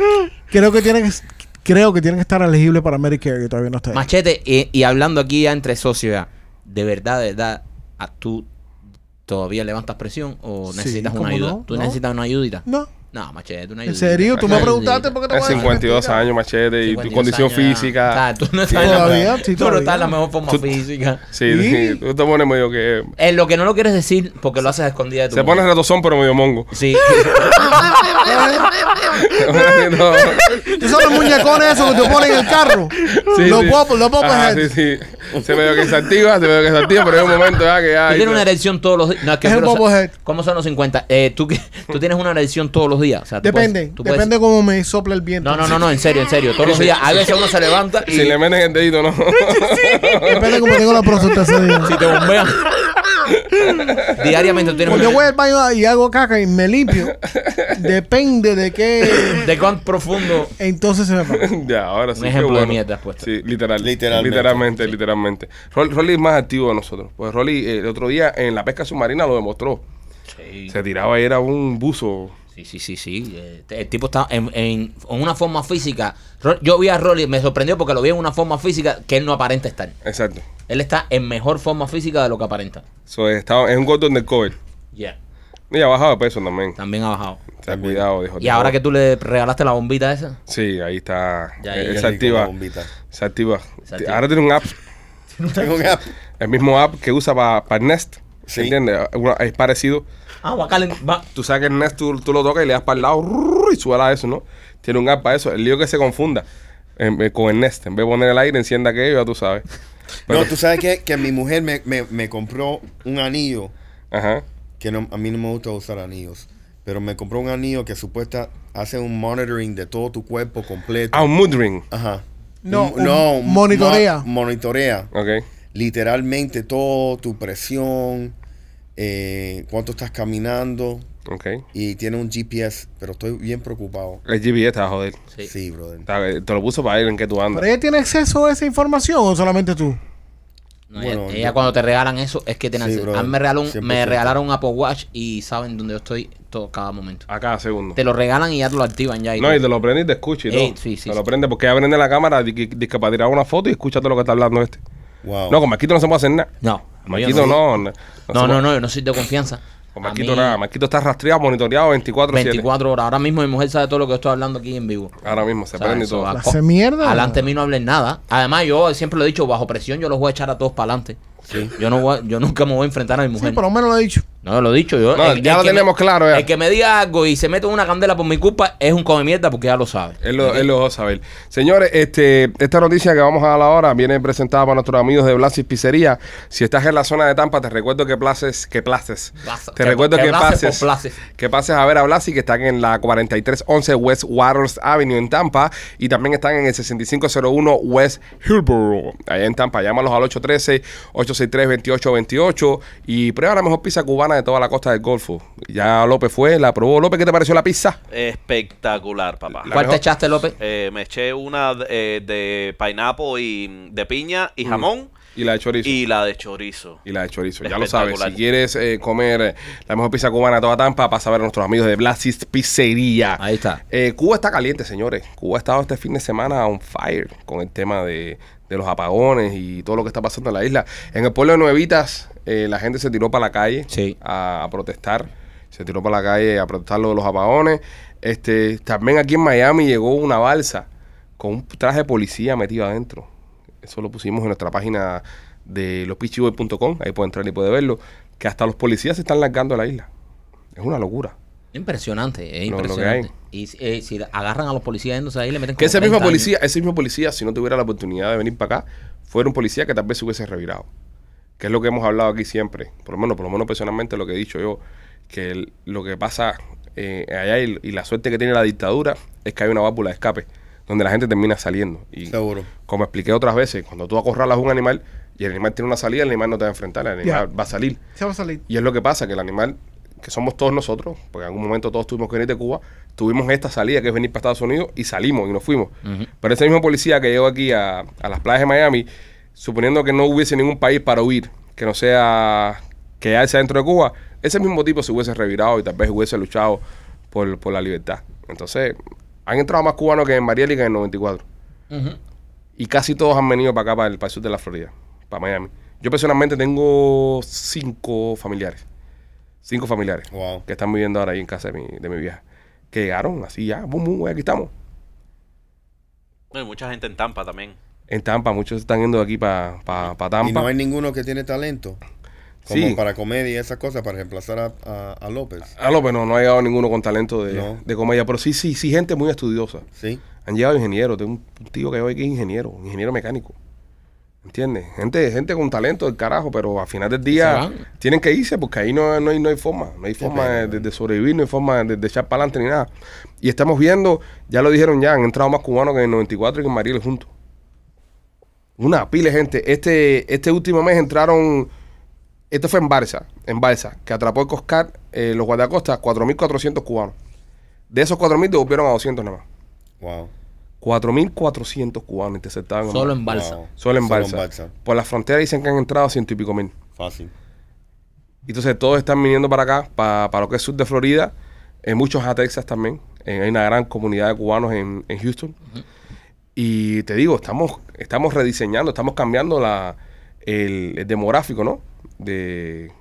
Creo que tienen que- creo que tienen que estar elegibles para Medicare y todavía no está. ahí.
Machete, y, y hablando aquí ya entre socios, ya, de verdad, de verdad, ¿a ¿tú todavía levantas presión o
Sí,
necesitas
¿cómo
una ayuda?
no?
¿Tú
No.
necesitas una ayudita?
No.
No, Machete, una
¿En
ayudita.
serio? ¿Tú me
Una
preguntaste
ayudita.
por qué te
Es
voy a dar
52
mentira?
años, Machete, y tu
52
condición
años ya.
física.
Claro, tú no
Sí,
estás, en la-
todavía, sí,
tú no estás en la
todavía.
mejor forma
Tú-
física.
Sí, sí,
Sí.
tú te pones medio que.
En lo que no lo quieres decir, porque lo haces a escondida de tu
Se
mujer.
pone ratozón, pero medio mongo.
Sí.
No.
¿Tú sabes los muñecones esos que te ponen en el carro?
Sí,
los
sí.
popos, los popos.
Ajá, sí,
es-
sí. Se medio que se activa, se medio que se activa, pero hay un momento ya que ya.
Tú tienes una erección todos los días. No, es que
Es
yo
el
quiero
Bobo
saber-
Head.
¿Cómo son los 50? Eh, ¿tú, qué- tú tienes una erección todos los días. O sea, tú
Depende,
puedes- tú puedes-
depende cómo me sopla el viento.
No, no, no, no, en serio, en serio. Todos los días. A veces uno se levanta y
Si le meten el dedito, no.
Depende cómo tengo la próstata ese día.
si te bombean. Diariamente tú tienes
Cuando yo
una-
voy al baño y hago caca y me limpio, depende de qué.
¿De cuán profundo?
Entonces se me para.
ya, ahora sí.
Un
qué
ejemplo de
bueno.
mierda has puesto.
Sí, literal.
Literalmente.
Literalmente, literalmente. Rol- Rolly es más activo de nosotros. Pues Rolly eh, el otro día en la pesca submarina lo demostró.
Sí,
Se tiraba y era un buzo.
sí, sí, sí. Eh, El tipo está en, en- en una forma física. Ro- Yo vi a Rolly, me sorprendió porque lo vi en una forma física que él no aparenta estar.
Exacto.
Él está en mejor forma física de lo que aparenta.
So, estaba, es un gordo undercover.
Ya.
Y ha bajado de peso también.
También ha bajado.
Ten cuidado, dijo.
Y ahora que tú le regalaste la bombita esa.
Sí, ahí está. Eh, se,
Ya, ya,
Qué rico la
activa,
bombita.
se activa.
Se activa.
Ahora tiene un app.
Tengo que-
El mismo app que usa para Nest.
Sí.
¿Entiendes? Una- Es parecido.
Ah, guacalen. Va.
Tú sabes que el Nest tú, tú lo tocas y le das para el lado rrrr, y suena eso, ¿no? Tiene un app para eso. El lío que se confunda en vez- con el Nest. En vez de poner el aire, encienda aquello, ya tú sabes.
No, tú sabes que, que mi mujer me, me, me compró un anillo
Ajá.
que no, a mí no me gusta usar anillos. Pero me compró un anillo que supuesta hace un monitoring de todo tu cuerpo completo.
Ah, un mood ring.
Ajá.
No,
Un-
un-
un-
monitorea.
mo- monitorea.
Ok.
Literalmente todo, tu presión, eh, cuánto estás caminando.
Ok.
Y tiene un GPS, pero estoy bien preocupado.
El GPS está joder.
Sí.
Sí, brother.
Está- eh, Te lo puso para ver en qué tú
¿Pero
andas.
ella tiene acceso a esa información o solamente tú?
No,
Bueno,
ella, ella
yo-
cuando te regalan eso es que te
Sí,
nacen.
brother,
a mí me, regaló un- me
100%.
regalaron un Apple Watch y saben dónde yo estoy todo cada momento.
A cada segundo.
Te lo regalan y ya te lo activan ya. y
No,
todo.
y te lo prende y te escucha y todo.
Ey, sí, sí,
te
sí.
lo prende porque ya prende la cámara di- di- que para tirar una foto y escucha todo lo que está hablando este.
Wow.
No, con Marquito no se puede hacer nada.
Oh. No. yo
Marquito no. No, se
No,
puede-
no, no, yo no soy de confianza.
Con
A
Marquito
mí,
nada. Marquito está rastreado, monitoreado 24 24
24 horas. Ahora mismo mi mujer sabe todo lo que yo estoy hablando aquí en vivo.
Ahora mismo se
O sea,
prende y
eso
todo.
va.
¿La hace mierda?
Adelante de mí no hablen nada. Además, yo siempre lo he dicho, bajo presión yo los voy a echar a todos para adelante. Yo, no voy a- yo nunca me voy a enfrentar a mi
Sí,
mujer.
por lo menos lo he dicho.
No, lo he dicho yo.
No, ya lo
que me-
tenemos claro ya.
El que me diga algo y se mete una candela por mi culpa es un come mierda porque ya lo sabe.
Él lo, él lo dejó saber. Señores, este, esta noticia que vamos a dar ahora viene presentada por nuestros amigos de Blasis Pizzería. Si estás en la zona de Tampa, te recuerdo que places, que places.
Plaza-
te
que-
recuerdo
que
que,
places
pases.
por places.
Que pases a ver a Blasi, que están en la 4311 West Waters Avenue en Tampa. Y también están en el 6501 West Hillborough, allá en Tampa. Llámalos al 813-863-2828 y prueba la mejor pizza cubana de toda la costa del Golfo. Ya López fue, la probó. López, ¿qué te pareció la pizza?
Espectacular, papá.
La-
¿Cuál
mejor-
te echaste, López?
Eh, me eché una eh, de pineapple y de piña y
Mm.
jamón
Y la de chorizo.
y la de chorizo.
Y la de chorizo. Ya lo sabes. Si
Espectacular.
quieres eh, comer eh, la mejor pizza cubana de toda Tampa, pasa a ver a nuestros amigos de Blasis Pizzería.
Ahí está.
Eh, Cuba está caliente, señores. Cuba ha estado este fin de semana on fire con el tema de, de los apagones y todo lo que está pasando en la isla. En el pueblo de Nuevitas, eh, la gente se tiró para la calle
Sí.
a, a protestar. Se tiró para la calle a protestar lo de los apagones. Este, también aquí en Miami llegó una balsa con un traje de policía metido adentro. Eso lo pusimos en nuestra página de lospitchyboy.com. Ahí puede entrar y puede verlo. Que hasta los policías se están largando a la isla. Es una locura.
Impresionante, es
Lo- lo que
impresionante. y eh, si agarran a los policías yéndose ahí, le meten
Que
como
ese mismo
30 años.
policía, ese mismo policía, si no tuviera la oportunidad de venir para acá, fuera un policía que tal vez se hubiese revirado. Que es lo que hemos hablado aquí siempre. Por lo menos, por lo menos personalmente lo que he dicho yo, que el- lo que pasa eh, allá y, y la suerte que tiene la dictadura es que hay una válvula de escape donde la gente termina saliendo. Y
Seguro.
como expliqué otras veces, cuando tú acorralas a un animal y el animal tiene una salida, el animal no te va a enfrentar, el animal
Ya.
va a salir.
Se va a salir.
Y es lo que pasa, que el animal, que somos todos nosotros, porque en algún momento todos tuvimos que venir de Cuba, tuvimos esta salida que es venir para Estados Unidos y salimos y nos fuimos. Pero ese mismo policía que llegó aquí a, a las playas de Miami, suponiendo que no hubiese ningún país para huir, que no sea que ya sea dentro de Cuba, ese mismo tipo se hubiese revirado y tal vez hubiese luchado por, por la libertad. Entonces, han entrado más cubanos que en Mariel y que en el 94. Y casi todos han venido para acá, para el, para el sur de la Florida, para Miami. Yo personalmente tengo cinco familiares. Cinco familiares
Wow.
que están viviendo ahora ahí en casa de mi, de mi vieja. Que llegaron así ya, bum, bum, aquí estamos.
No, y mucha gente en Tampa también.
En Tampa, muchos están yendo de aquí para pa, pa Tampa.
Y no hay ninguno que tiene talento. Como
Sí.
para comedia y esas cosas, para reemplazar a, a- a López.
Ah, López, no, no ha llegado ninguno con talento de,
No.
de comedia, pero sí, sí, sí, gente muy estudiosa.
Sí.
Han llegado ingenieros, tengo un un tío que hoy que es ingeniero, ingeniero mecánico. ¿Entiendes? Gente, gente con talento del carajo, pero al final del día
van.
tienen que irse porque ahí no, no hay, no hay forma. No hay forma
pena,
de, de sobrevivir, no hay forma de, de echar para adelante ni nada. Y estamos viendo, ya lo dijeron ya, han entrado más cubanos que en el 94 y que en Mariel juntos. Una pila de gente. Este, este último mes entraron. Esto fue en Barça, en Barça, que atrapó el Coscar, eh, los guardacostas, 4.400 cubanos. De esos 4.000 devolvieron a 200 nada más.
Wow.
4.400 cubanos interceptados.
Solo en balsa.
Wow.
Solo en Balsa. Por la frontera dicen que han entrado ciento y pico mil.
Fácil.
Entonces todos están viniendo para acá, para, para lo que es sur de Florida, en muchos a Texas también. Eh, hay una gran comunidad de cubanos en, en Houston. Y te digo, estamos, estamos rediseñando, estamos cambiando la, el, el demográfico, ¿no? De,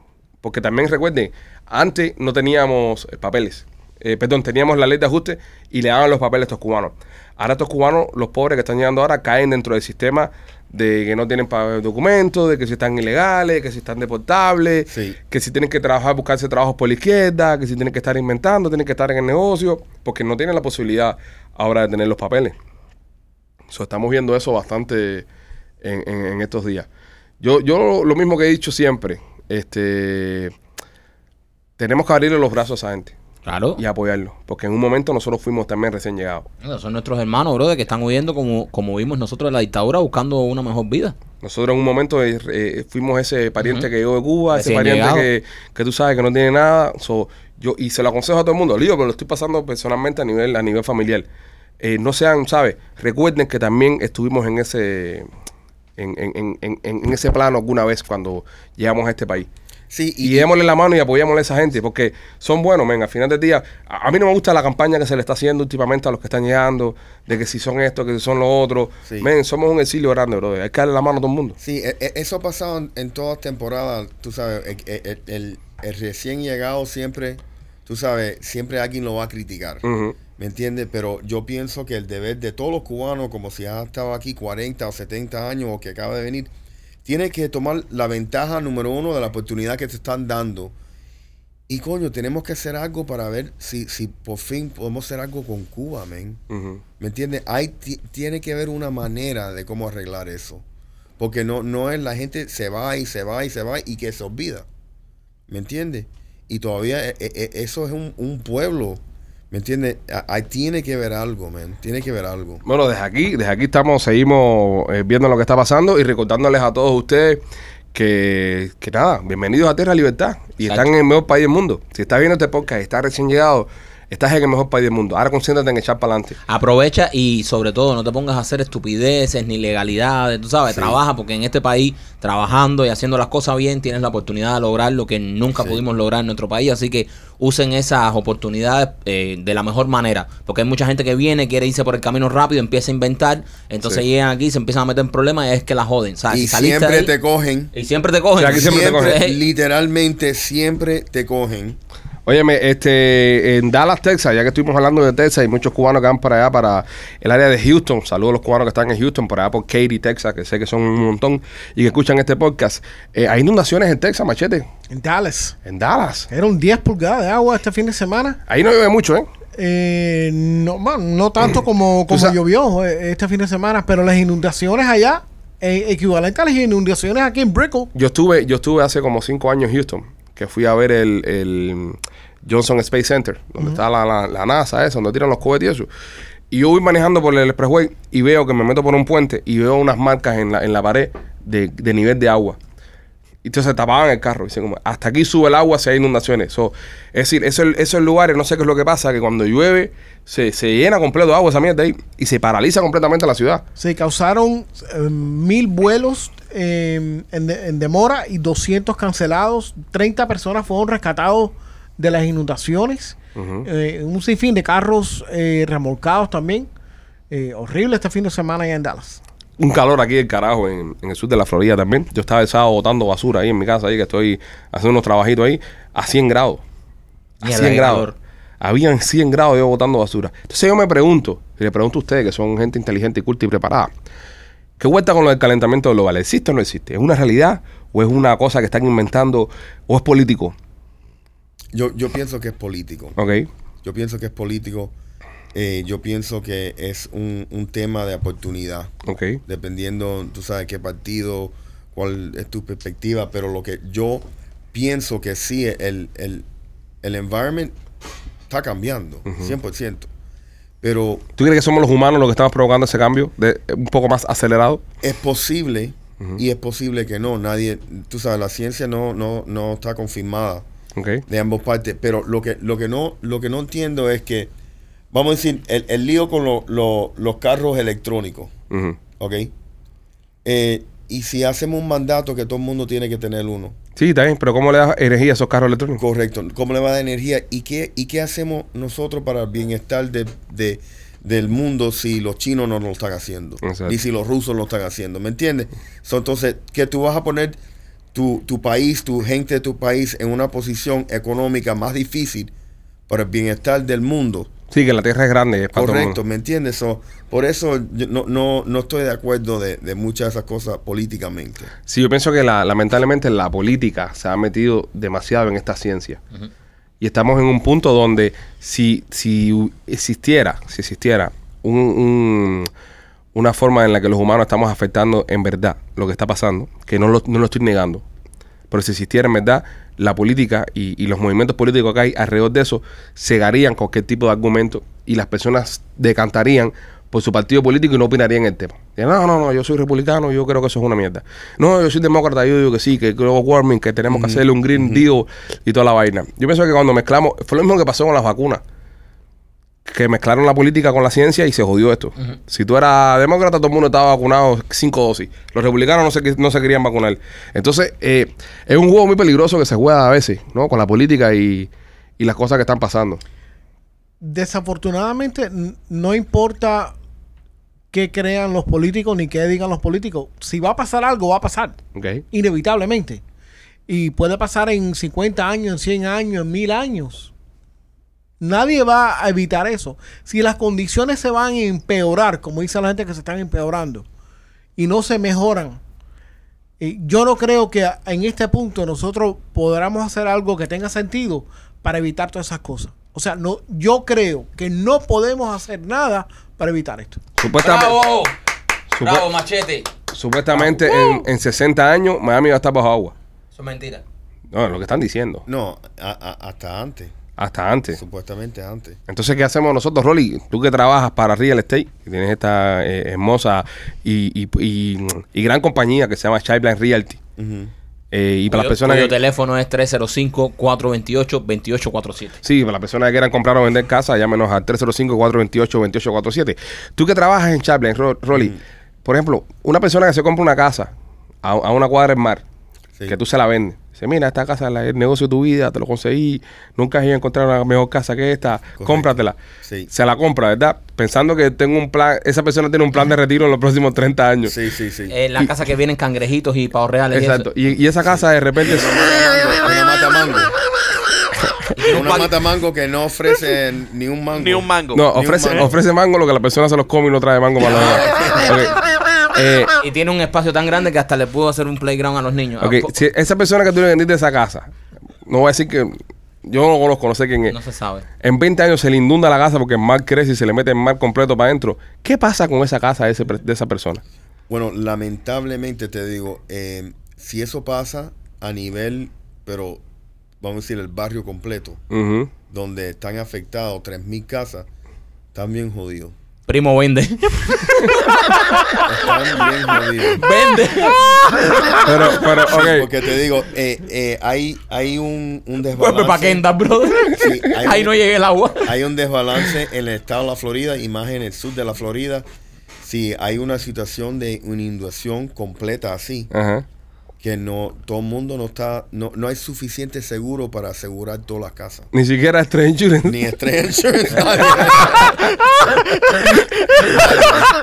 porque también recuerden, antes no teníamos eh, papeles. Eh, perdón, teníamos la ley de ajuste y le daban los papeles a estos cubanos. Ahora estos cubanos, los pobres que están llegando ahora, caen dentro del sistema de que no tienen pa- documentos, de que si están ilegales, que si están deportables,
Sí.
que si tienen que trabajar, buscarse trabajos por la izquierda, que si tienen que estar inventando, tienen que estar en el negocio, porque no tienen la posibilidad ahora de tener los papeles. So, estamos viendo eso bastante en, en- en estos días. Yo, yo lo, lo mismo que he dicho siempre, este, tenemos que abrirle los brazos a esa gente.
Claro.
y apoyarlo. Porque en un momento nosotros fuimos también recién llegados.
Bueno, Son nuestros hermanos, brother, que están huyendo como, como vimos nosotros de la dictadura buscando una mejor vida.
Nosotros en un momento eh, eh, fuimos ese pariente que llegó de Cuba, ese
Recién
pariente
llegado.
que, que tú sabes que no tiene nada. So, yo, y se lo aconsejo a todo el mundo, lío, pero lo estoy pasando personalmente a nivel, a nivel familiar. Eh, no sean, ¿sabes? Recuerden que también estuvimos en ese, en, en- en- en- en ese plano alguna vez cuando llegamos a este país.
Sí,
Y,
y,
démosle la mano y apoyémosle a esa gente, porque son buenos, men, al final del día. A, a mí no me gusta la campaña que se le está haciendo últimamente a los que están llegando, de que si son esto, que si son lo otro.
Sí.
Men, somos un exilio grande, bro. Hay que darle la mano a todo el mundo.
sí, e- e- eso ha pasado en, en todas temporadas, tú sabes, e- e- el, el- el recién llegado siempre, tú sabes, siempre alguien lo va a criticar.
Ujú.
¿Me entiendes? Pero yo pienso que el deber de todos los cubanos, como si han estado aquí 40 o 70 años o que acaba de venir, tiene que tomar la ventaja número uno de la oportunidad que te están dando. Y coño, tenemos que hacer algo para ver si, si por fin podemos hacer algo con Cuba, men.
Ujú.
¿Me entiendes? Hay, ti- tiene que haber una manera de cómo arreglar eso. Porque no, no es la gente se va y se va y se va y que se olvida. ¿Me entiendes? Y todavía e- e- e- eso es un, un pueblo. ¿Me entiendes? A- Ahí tiene que haber algo, man. Tiene que haber algo.
Bueno, desde aquí, desde aquí estamos, seguimos eh, viendo lo que está pasando y recordándoles a todos ustedes que, que nada, bienvenidos a Tierra Libertad y
Exacto.
están en el mejor país del mundo. Si estás viendo este podcast y estás recién llegado, estás en el mejor país del mundo. Ahora concéntrate en echar para adelante.
Aprovecha y sobre todo no te pongas a hacer estupideces ni legalidades, tú sabes, trabaja porque en este país trabajando y haciendo las cosas bien tienes la oportunidad de lograr lo que nunca
Sí.
pudimos lograr en nuestro país, así que usen esas oportunidades eh, de la mejor manera, porque hay mucha gente que viene, quiere irse por el camino rápido, empieza a inventar, entonces
Sí.
llegan aquí, se empiezan a meter en problemas y es que la joden, ¿sabes? Ah,
y
Si saliste de
siempre
ahí-
te cogen.
y siempre te cogen.
O sea, aquí siempre te cogen.
Literalmente siempre te cogen.
Óyeme, este, en Dallas, Texas, ya que estuvimos hablando de Texas, hay muchos cubanos que van para allá, para el área de Houston. Saludos a los cubanos que están en Houston, por allá por Katy, Texas, que sé que son un montón y que escuchan este podcast. Eh, hay inundaciones en Texas, machete,
En Dallas.
en Dallas.
Eran 10 pulgadas de agua este fin de semana.
Ahí no llueve mucho, ¿eh?
Eh, no, man, no tanto como, como
sabes-
llovió eh, este fin de semana, pero las inundaciones allá, eh, equivalente a las inundaciones aquí en Brickell.
Yo estuve, yo estuve hace como cinco años en Houston, que fui a ver el, el Johnson Space Center, donde está la, la- la NASA, eso, donde tiran los cohetes y eso. Y yo voy manejando por el expressway y veo que me meto por un puente y veo unas marcas en la, en la pared de, de nivel de agua. Y Entonces tapaban el carro. Dicen como, hasta aquí sube el agua si hay inundaciones. So, es decir, eso- esos lugares, no sé qué es lo que pasa, que cuando llueve se, se llena completo de agua esa mierda ahí y se paraliza completamente la ciudad.
Se causaron eh, mil vuelos eh, en, de- en demora y 200 cancelados. 30 personas fueron rescatados de las inundaciones. Eh, un sinfín de carros eh, remolcados también. Eh, horrible este fin de semana allá en Dallas.
un calor aquí del carajo en, en el sur de la Florida también. Yo estaba el sábado botando basura ahí en mi casa, ahí que estoy haciendo unos trabajitos ahí, a 100 grados. A
Mierda,
100
qué
grados.
calor.
Habían 100 grados yo botando basura. Entonces yo me pregunto, y le pregunto a ustedes que son gente inteligente y culta y preparada, ¿qué vuelta con lo del calentamiento global? ¿Existe o no existe? ¿Es una realidad o es una cosa que están inventando o es político?
Yo, yo pienso que es político.
¿Ok?
Yo pienso que es político. Eh, yo pienso que es un, un tema de oportunidad.
¿Ok?
dependiendo, tú sabes, qué partido, cuál es tu perspectiva, pero lo que yo pienso que sí, el, el, el environment está cambiando, 100%. Pero
¿Tú crees que somos los humanos los que estamos provocando ese cambio de, un poco más acelerado?
es posible y es posible que no, nadie, tú sabes, la ciencia no, no, no está confirmada
¿Ok?
de ambas partes, pero lo que, lo que, no, lo que no entiendo es que, vamos a decir, el, el lío con lo- lo- los carros electrónicos.
Ujú.
¿Ok? Eh, y si hacemos un mandato que todo el mundo tiene que tener uno.
Sí, está bien, pero ¿cómo le das energía a esos carros electrónicos?
Correcto. ¿Cómo le va de energía? ¿Y qué, ¿Y qué hacemos nosotros para el bienestar de, de- del mundo si los chinos no lo están haciendo?
Exacto.
Y si los rusos lo están haciendo. ¿Me entiendes? So, entonces, que tú vas a poner tu, tu país, tu gente de tu país en una posición económica más difícil para el bienestar del mundo.
Sí, que la tierra es grande, es para todo el
Correcto,
mundo.
¿me entiendes? So, por eso yo no, no, no estoy de acuerdo de, de muchas de esas cosas políticamente.
Sí, yo pienso que la- lamentablemente la política se ha metido demasiado en esta ciencia. Y estamos en un punto donde si, si hu- existiera, si existiera un- un- una forma en la que los humanos estamos afectando en verdad lo que está pasando, que no lo, no lo estoy negando, pero si existiera en verdad, la política y, y los movimientos políticos que hay alrededor de eso cegarían cualquier tipo de argumento y las personas decantarían por su partido político y no opinarían el tema. Y, no, no, no, yo soy republicano, yo creo que eso es una mierda. No, yo soy demócrata, yo digo que sí, que global warming, que tenemos que hacerle un green deal y toda la vaina. Yo pienso que cuando mezclamos, fue lo mismo que pasó con las vacunas que mezclaron la política con la ciencia y se jodió esto. Si tú eras demócrata, todo el mundo estaba vacunado cinco dosis. Los republicanos no se, qui- no se querían vacunar. Entonces, eh, es un juego muy peligroso que se juega a veces, ¿no? Con la política y, y las cosas que están pasando.
Desafortunadamente, n- no importa qué crean los políticos ni qué digan los políticos. Si va a pasar algo, va a pasar.
¿Ok?
inevitablemente. Y puede pasar en 50 años, en 100 años, en 1000 años. Nadie va a evitar eso. Si las condiciones se van a empeorar, como dice la gente que se están empeorando, y no se mejoran, eh, yo no creo que a- en este punto nosotros podamos hacer algo que tenga sentido para evitar todas esas cosas. O sea, no, yo creo que no podemos hacer nada para evitar esto.
Supuestamente,
¡Bravo!
supu-
¡Bravo, machete!
supuestamente en, en 60 años Miami va a estar bajo agua.
Eso es mentira.
No, es lo que están diciendo.
No, a- a- hasta antes,
Hasta antes.
supuestamente antes.
Entonces, ¿qué hacemos nosotros, Rolly? Tú que trabajas para Real Estate, que tienes esta eh, hermosa y, y- y- y gran compañía que se llama Childline Realty.
Ujú.
Eh, y para
Tuyo-
las personas
tuyo
que...
teléfono es 305-428-2847.
Sí, para las personas que quieran comprar o vender casa, llámenos al 305-428-2847. Tú que trabajas en Chaplin, Ro- Rolly,
Mm.
por ejemplo, una persona que se compra una casa a, a una cuadra del mar,
Sí.
que tú se la vendes. Dice, mira, esta casa es el negocio de tu vida, te lo conseguí, nunca has ido a encontrar una mejor casa que esta, cómpratela.
Sí.
Se la compra, ¿verdad? Pensando que tengo un plan, esa persona tiene un plan de retiro en los próximos 30 años.
Sí, sí, sí.
Eh, la casa que vienen cangrejitos y pavos reales. y
Exacto.
eso.
Y, y esa casa de repente...
Una mata mango. Una
pan-
mata mango que no ofrece ni un mango.
Ni un mango.
No,
Ni un
ofrece,
mango.
ofrece mango lo que la persona se los come y no trae mango para la Ok. Eh,
Y tiene un espacio tan grande que hasta le pudo hacer un playground a los niños. Ah,
ok,
Ah,
¿A poco?
si esa persona que tú le vendiste esa casa, no voy a decir que yo no lo conozco, no sé quién es.
No se sabe.
En 20 años se le inunda la casa porque el mar crece y se le mete el mar completo para adentro. ¿Qué pasa con esa casa de, ese pre- de esa persona?
Bueno, lamentablemente te digo, eh, si eso pasa a nivel, pero vamos a decir el barrio completo,
Ujú.
donde están afectados 3.000 casas, están bien jodidos.
Primo vende.
Están bien jodidos.
vende.
Pero, pero,
Sí,
ok.
Porque te digo, eh, eh, hay, hay un, un
Vuelve Pues, para
desbalance.
Kendall, brother.
Sí, hay
Ahí
un-
no llega el agua.
Hay un desbalance en el estado de la Florida y más en el sur de la Florida. Si hay una situación de una inundación completa así,
Ajá.
que no todo el mundo no está, no, no hay suficiente seguro para asegurar todas las casas.
Ni siquiera Strange Insurance.
Ni estrés insurance.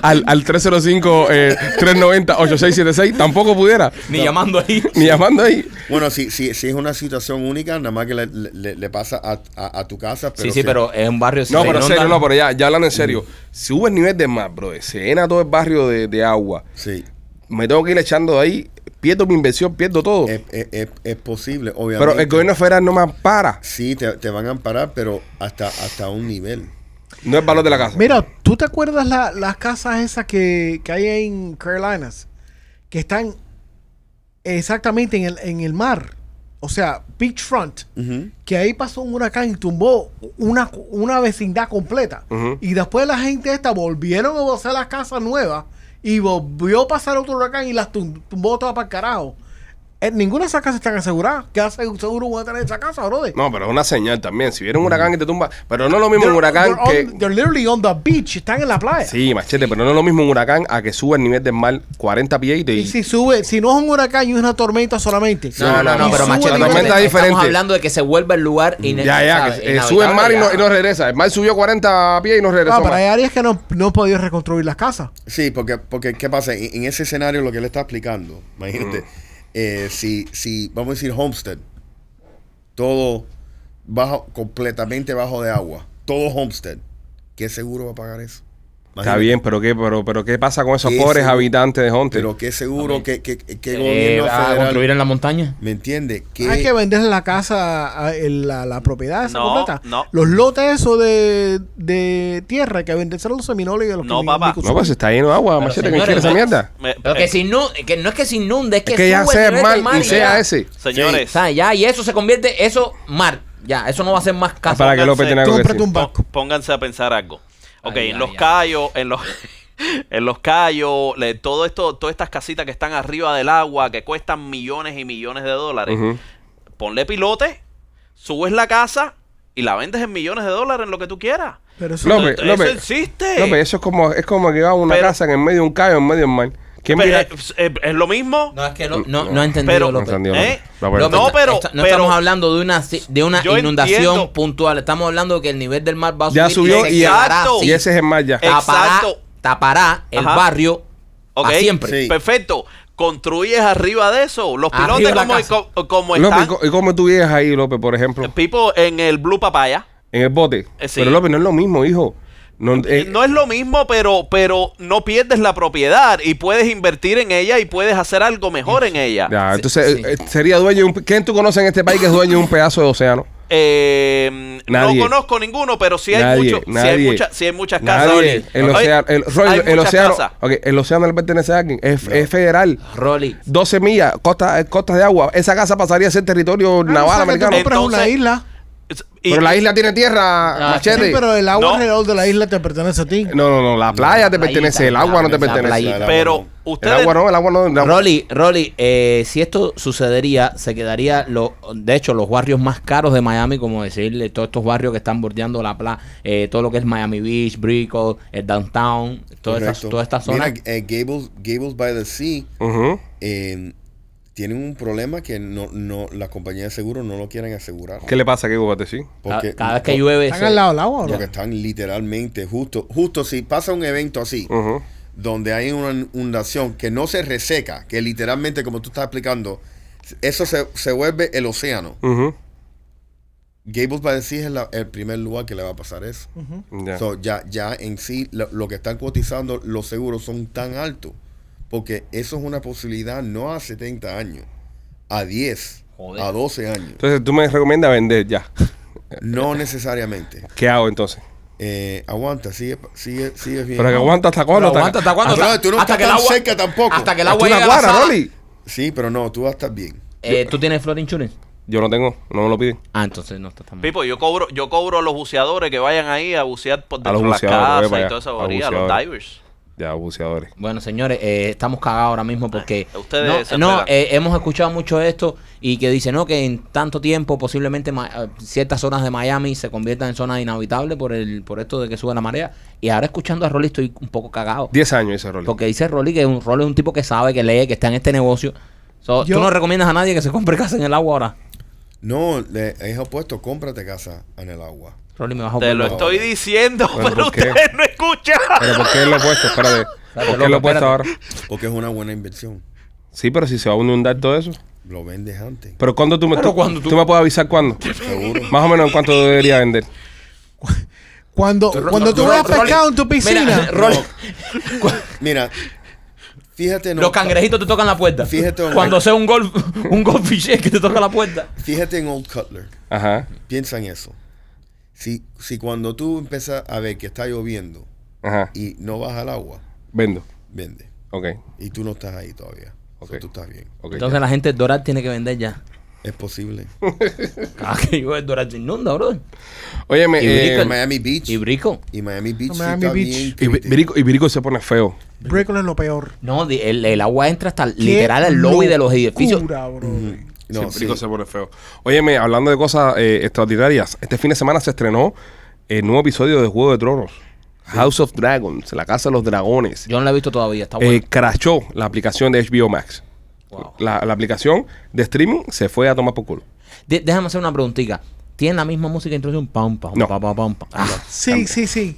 Al, al eh, 305-390-8676 tampoco pudiera.
Ni llamando ahí.
Ni llamando ahí.
bueno, si, si, si es una situación única, nada más que le, le- le pasa a, a- a tu casa.
Sí, sí, pero es un barrio. si
No,
se
pero en
inunda-
serio, no, pero ya, ya hablando en serio. Sube el nivel del mar, bro. Se llena todo el barrio de, de agua.
Sí,
Me tengo que ir echando de ahí. Pierdo mi inversión, pierdo todo.
es, es- es- es posible, obviamente.
pero el gobierno federal no me ampara.
Sí, te, te van a amparar, pero hasta, hasta un nivel.
No es valor de la casa.
Mira, ¿tú te acuerdas la- las casas esas que, que hay en Carolinas? Que están exactamente en el, en el mar. O sea, beachfront.
Ujú.
Que ahí pasó un huracán y tumbó una, una vecindad completa.
Ujú.
Y después la gente esta volvieron a hacer las casas nuevas y volvió a pasar otro huracán y las tum- tumbó todas para el carajo. Eh, ninguna de esas casas están aseguradas. ¿Qué hace seguro voy a tener esa casa, brother?
No, pero es una señal también. Si viene un huracán y te tumba. Pero no es lo mismo
They're-
un huracán
they're on-
que.
they're literally on the beach. Están en la playa.
Sí, machete, pero no es lo mismo un huracán a que suba el nivel del mar 40 pies y te.
Y si sube, si no es un huracán y es una tormenta solamente.
No, no,
No,
no,
no,
pero
sube
machete.
la
no,
tormenta
te-
es
Estamos
diferente.
hablando de que se vuelva el lugar ine-
ya, ya,
¿sabes?
que eh, sube el mar y no,
Inhabitable, Ah,
y no
ya.
regresa. El mar subió 40 pies y no regresó.
Claro, pero
más.
hay áreas que no, no he podido reconstruir las casas.
Sí, porque, porque ¿qué pasa? En, en ese escenario lo que él está explicando,
Mm.
imagínate, eh, si, si, vamos a decir, Homestead, todo bajo, completamente bajo de agua, todo Homestead, ¿qué seguro va a pagar eso?
Está bien, pero ¿qué, pero, pero ¿qué pasa con esos
Sí,
pobres
sí.
habitantes de Honte?
Pero qué seguro que, que, que- que
Eh,
gobierno
a
federal-
construir en la montaña.
¿Me entiende? Que,
Hay que vender la casa, a- el- la, la propiedad esa
No,
completa.
no.
Los lotes esos de, de tierra hay que vendérselo a los seminoles y a los
No,
que-
papá.
que-
no, pues está lleno de agua,
Pero,
machete, ¿qué
señores,
quiere esa
no-
mierda?
Me-
Pero que,
eh,
se inunde, que no es que se inunde, es que,
Es que ya
sube
sea
el nivel
mal
del mar
y sea
ya.
ese.
O
Señores,
sea, ya, y eso se convierte, eso, mar. Ya, eso no va a ser más caso.
Ah, Para que López tenga algo que
Cómprate
decir.
un barco.
po- pónganse a pensar algo. Ok,
Ay,
en
ay,
los
ay.
callos, en los en los callos, le- todo esto, todas estas casitas que están arriba del agua, que cuestan millones y millones de dólares.
Ujú.
Ponle pilote, subes la casa y la vendes en millones de dólares en lo que tú quieras.
Pero eso,
López,
Eso
López,
existe.
López, pues, eso es como, es como que va a una
Pero-
casa en el medio de un callo, en medio de un mar. ¿Quién
Pero,
mira?
eh, eh, es lo mismo.
No, es que lo- no, no he entendido,
Pero-
No
López.
entendió,
¿Eh?
López.
López,
López,
No,
está-
pero-
está- no
pero-
estamos hablando de una, si- de una
Yo
inundación
entiendo.
puntual. Estamos hablando de que el nivel del mar va a
Ya
subir.
subió
se
y-
quedará
Exacto.
así.
Y ese es el mar ya.
Eh,
tapará,
Exacto.
tapará el
Ajá.
barrio
Ok,
a siempre.
Sí.
perfecto. Construyes arriba de eso. Los
Arriba
pilotes,
la
como,
casa.
co- como
López,
están.
¿y co- ¿y cómo tú vives ahí, López, por ejemplo?
Pipo en el Blue Papaya.
En el bote.
Eh, sí.
Pero López no es lo mismo, hijo. No, eh,
no es lo mismo, pero, pero no pierdes la propiedad y puedes invertir en ella y puedes hacer algo mejor en ella.
ya,
Sí,
entonces,
sí.
eh, eh, sería dueño de un... ¿Quién tú conoces en este país que es dueño de un pedazo de océano?
Eh,
Nadie.
No conozco ninguno, pero sí hay,
Nadie,
mucho- sí hay
nadie.
mucha- sí hay muchas casas.
Nadie.
Oli.
El
Oye,
océano... El, Rolly,
hay
el
muchas
océano...
casas.
ok, el océano le pertenece a alguien. Es, es federal.
Rolly.
12 millas, costa, eh, costa de agua. Esa casa pasaría a ser territorio
Ah, o
naval
sea, que tú
americano.
compras una
Entonces-
isla.
Es- y-
Pero la isla tiene tierra,
Ah,
machete.
Sí, pero el agua
No.
alrededor de la isla te pertenece a ti.
No, no, no. La playa te
playita,
pertenece. El
la
agua no te
playita,
pertenece.
playita.
pero
El
ustedes.
agua no, el agua no. el agua-
Rolly, Rolly, eh, si esto sucedería, se quedaría, lo, de hecho, los barrios más caros de Miami, como decirle, todos estos barrios que están bordeando la playa, todo lo que es Miami Beach, Brickell, el Downtown, todas estas
Correcto.
toda esta zona.
Mira, eh, Gables, Gables by the Sea
Ujú.
eh, tienen un problema que no, no, la compañía de seguro no lo quieren asegurar.
¿Qué le pasa a Gables sí?
ca-
Porque-
cada vez que
por-
llueve,
Están
se-
al lado del agua, ¿o no?
Porque están literalmente justo, justo si pasa un evento así,
Ujú.
donde hay una inundación que no se reseca, que literalmente, como tú estás explicando, eso se, se vuelve el océano.
Ujú.
Gables by the Sea es la- el primer lugar que le va a pasar eso.
Mm. Ya.
So, ya, ya en sí, lo, lo que están cotizando los seguros son tan altos. Porque eso es una posibilidad no a 70 años, a 10,
Joder.
a 12 años.
Entonces tú me recomiendas vender ya.
No necesariamente.
¿Qué hago entonces?
Eh, aguanta, sigue, sigue, sigue bien.
Pero que aguanta hasta Ah,
Pero
cuándo.
aguanta, ¿hasta cuándo?
Hasta-
Hasta-
tú no
hasta
estás
que el
tan
agua-
cerca tampoco.
Hasta que el
Hasta
agua
una
llegue a la
guara,
sala.
Rolly.
Sí, pero no, tú vas a estar bien.
Eh, ¿Tú tienes flood insurance?
Yo no tengo, no me lo piden.
Ah, entonces no está tan mal.
Pipo, yo cobro, yo cobro a los buceadores que vayan ahí a bucear por
A los
dentro de las
buceadores,
casas
ve para
y
allá,
toda esa
a los
bobería, a los
buceadores.
divers.
Ya, buceadores.
Bueno, señores, eh, estamos cagados ahora mismo porque
Ay, ustedes se
no, no,
enteran.
eh, hemos escuchado mucho esto y que dice no que en tanto tiempo posiblemente ma- eh, ciertas zonas de Miami se conviertan en zonas inhabitables por el por esto de que sube la marea y ahora escuchando a Rolly estoy un poco cagado
10 años ese Rolly.
porque dice Rolly que un Rolly es un tipo que sabe, que lee, que está en este negocio. So,
Yo-
¿Tú no recomiendas a nadie que se compre casa en el agua ahora?
No, le, es opuesto, cómprate casa en el agua.
Rolly me vas a
Te
volver
lo
loco.
estoy diciendo,
Pero,
pero
¿por qué?
ustedes no escuchan.
Pero ¿por qué lo he puesto? Espérate. ¿Por qué lo he
loco,
puesto ahora?
espérate.
Porque es una buena inversión.
Sí, pero si se va a inundar todo eso.
Lo vendes antes.
Pero cuando tú me
Pero
tú,
cuando tú-
tú me puedes avisar cuándo?
Seguro.
Más o menos en cuánto debería vender.
Cuando, cuando tú veas
Rolly-
pescado en tu piscina,
Mira, Rolly,
Mira, fíjate, en
los
oct-
cangrejitos te tocan la puerta.
Fíjate, hombre.
Cuando sea un golf, un golf que te toca la puerta.
fíjate en Old Cutler.
Ajá.
Piensa en eso. Si, si cuando tú empiezas a ver que está lloviendo
Ajá.
y no vas al agua,
Vendo.
vende.
Ok.
Y tú no estás ahí todavía. O sea,
Ok.
tú estás bien.
Ok.
Entonces la gente del Doral tiene que vender ya.
Es posible.
Cada que yo el Doral se inunda, bro.
Óyeme,
Y
eh,
Brico-
Miami Beach.
¿Y Brico?
Y Miami Beach. sí
Miami
está
Beach.
bien
y Bi-
crítico.
Birico, y Birico se pone feo.
Brickell es lo peor.
No, di- el, el agua entra hasta
Qué
literal el lobby de los edificios.
locura, bro.
No,
Sí, Birico
sí.
se pone feo. Óyeme, hablando de cosas eh, extraordinarias, este fin de semana se estrenó el nuevo episodio de Juego de Tronos. House of Dragons, la casa de los dragones.
Yo no la he visto todavía, está
eh,
bueno.
crashó la aplicación de HBO Max.
Wow.
La, la aplicación de streaming se fue a tomar por culo.
De- déjame hacer una preguntita. ¿Tiene la misma música de introducción? Pam, pam,
No.
pam, pam, pam, pam. Ah,
Sí, sí, sí.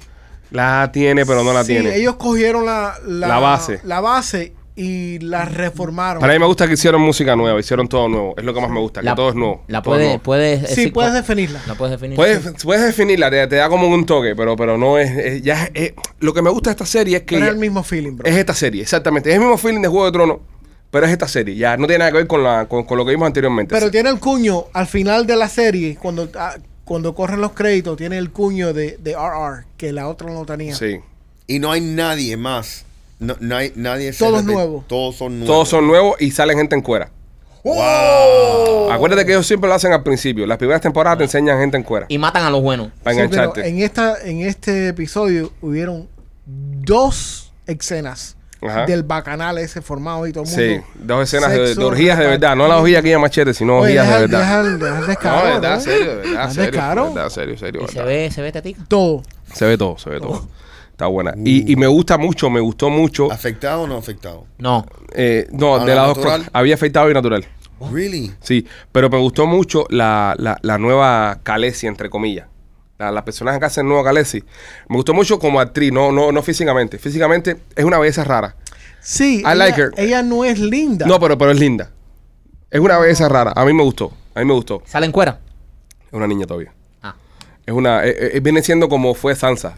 La tiene, pero no la
Sí,
tiene.
ellos cogieron la, la,
La base.
la base y la reformaron.
Para mí me gusta que hicieron música nueva, hicieron todo nuevo. Es lo que más me gusta, que todo es nuevo.
La
todo
puede-
nuevo.
puedes
sí,
decir
puedes
cuál-
definirla.
La puedes definir.
Puedes, puedes definirla, te, te da como un toque, pero, pero no es, es- ya es- es- Lo que me gusta de esta serie es que...
Pero es
ya-
el mismo feeling, bro.
es esta serie, exactamente. Es el mismo feeling de Juego de Tronos, pero es esta serie. Ya no tiene nada que ver con, la, con, con lo que vimos anteriormente.
Pero
Sí.
tiene el cuño al final de la serie, cuando, ah, cuando corren los créditos, tiene el cuño de, de RR, que la otra no tenía.
Sí.
Y no hay nadie más. No, no hay nadie. se
Todos
repite-
nuevos.
Todos son nuevos.
Todos son nuevos y salen gente en cuera.
¡Oh!
¡Wow!
Acuérdate que ellos siempre lo hacen al principio. Las primeras temporadas te enseñan gente en cuera.
Y matan a los buenos.
Para
Sí, pero
engancharte.
en, esta, en este episodio hubieron dos escenas
Ajá.
del bacanal ese formado y todo el
Sí,
mundo.
dos escenas de- de,
Sexo,
orgías de verdad. No las orgías aquí de machete, sino
Oye,
orgías
deja,
de verdad.
deja el- deja el descaro,
No, de verdad,
¿no?
serio, de verdad,
Deja el
serio.
descaro.
de verdad, serio, serio,
Y
de
se
verdad.
ve, este se ve tetica.
Todo.
Se ve todo, se ve
Oh.
todo. Está buena.
Mm.
Y, y me gusta mucho, me gustó mucho.
¿Afectado o no afectado?
No.
eh, no,
Ah,
de
la
las dos
natural.
cosas. Había afeitado y natural.
Really?
Sí, pero me gustó mucho la, la, la nueva Khaleesi, entre comillas. La, la personaje que hace el nuevo Khaleesi. Me gustó mucho como actriz, no, no, no físicamente. Físicamente es una belleza rara.
Sí,
I
ella,
like her.
ella no es linda.
No, pues, pero, pero es linda. Es una belleza rara. A mí me gustó. A mí me gustó.
Salen cuera.
Es una niña todavía.
Ah.
Es una, eh, eh, viene siendo como fue Sansa.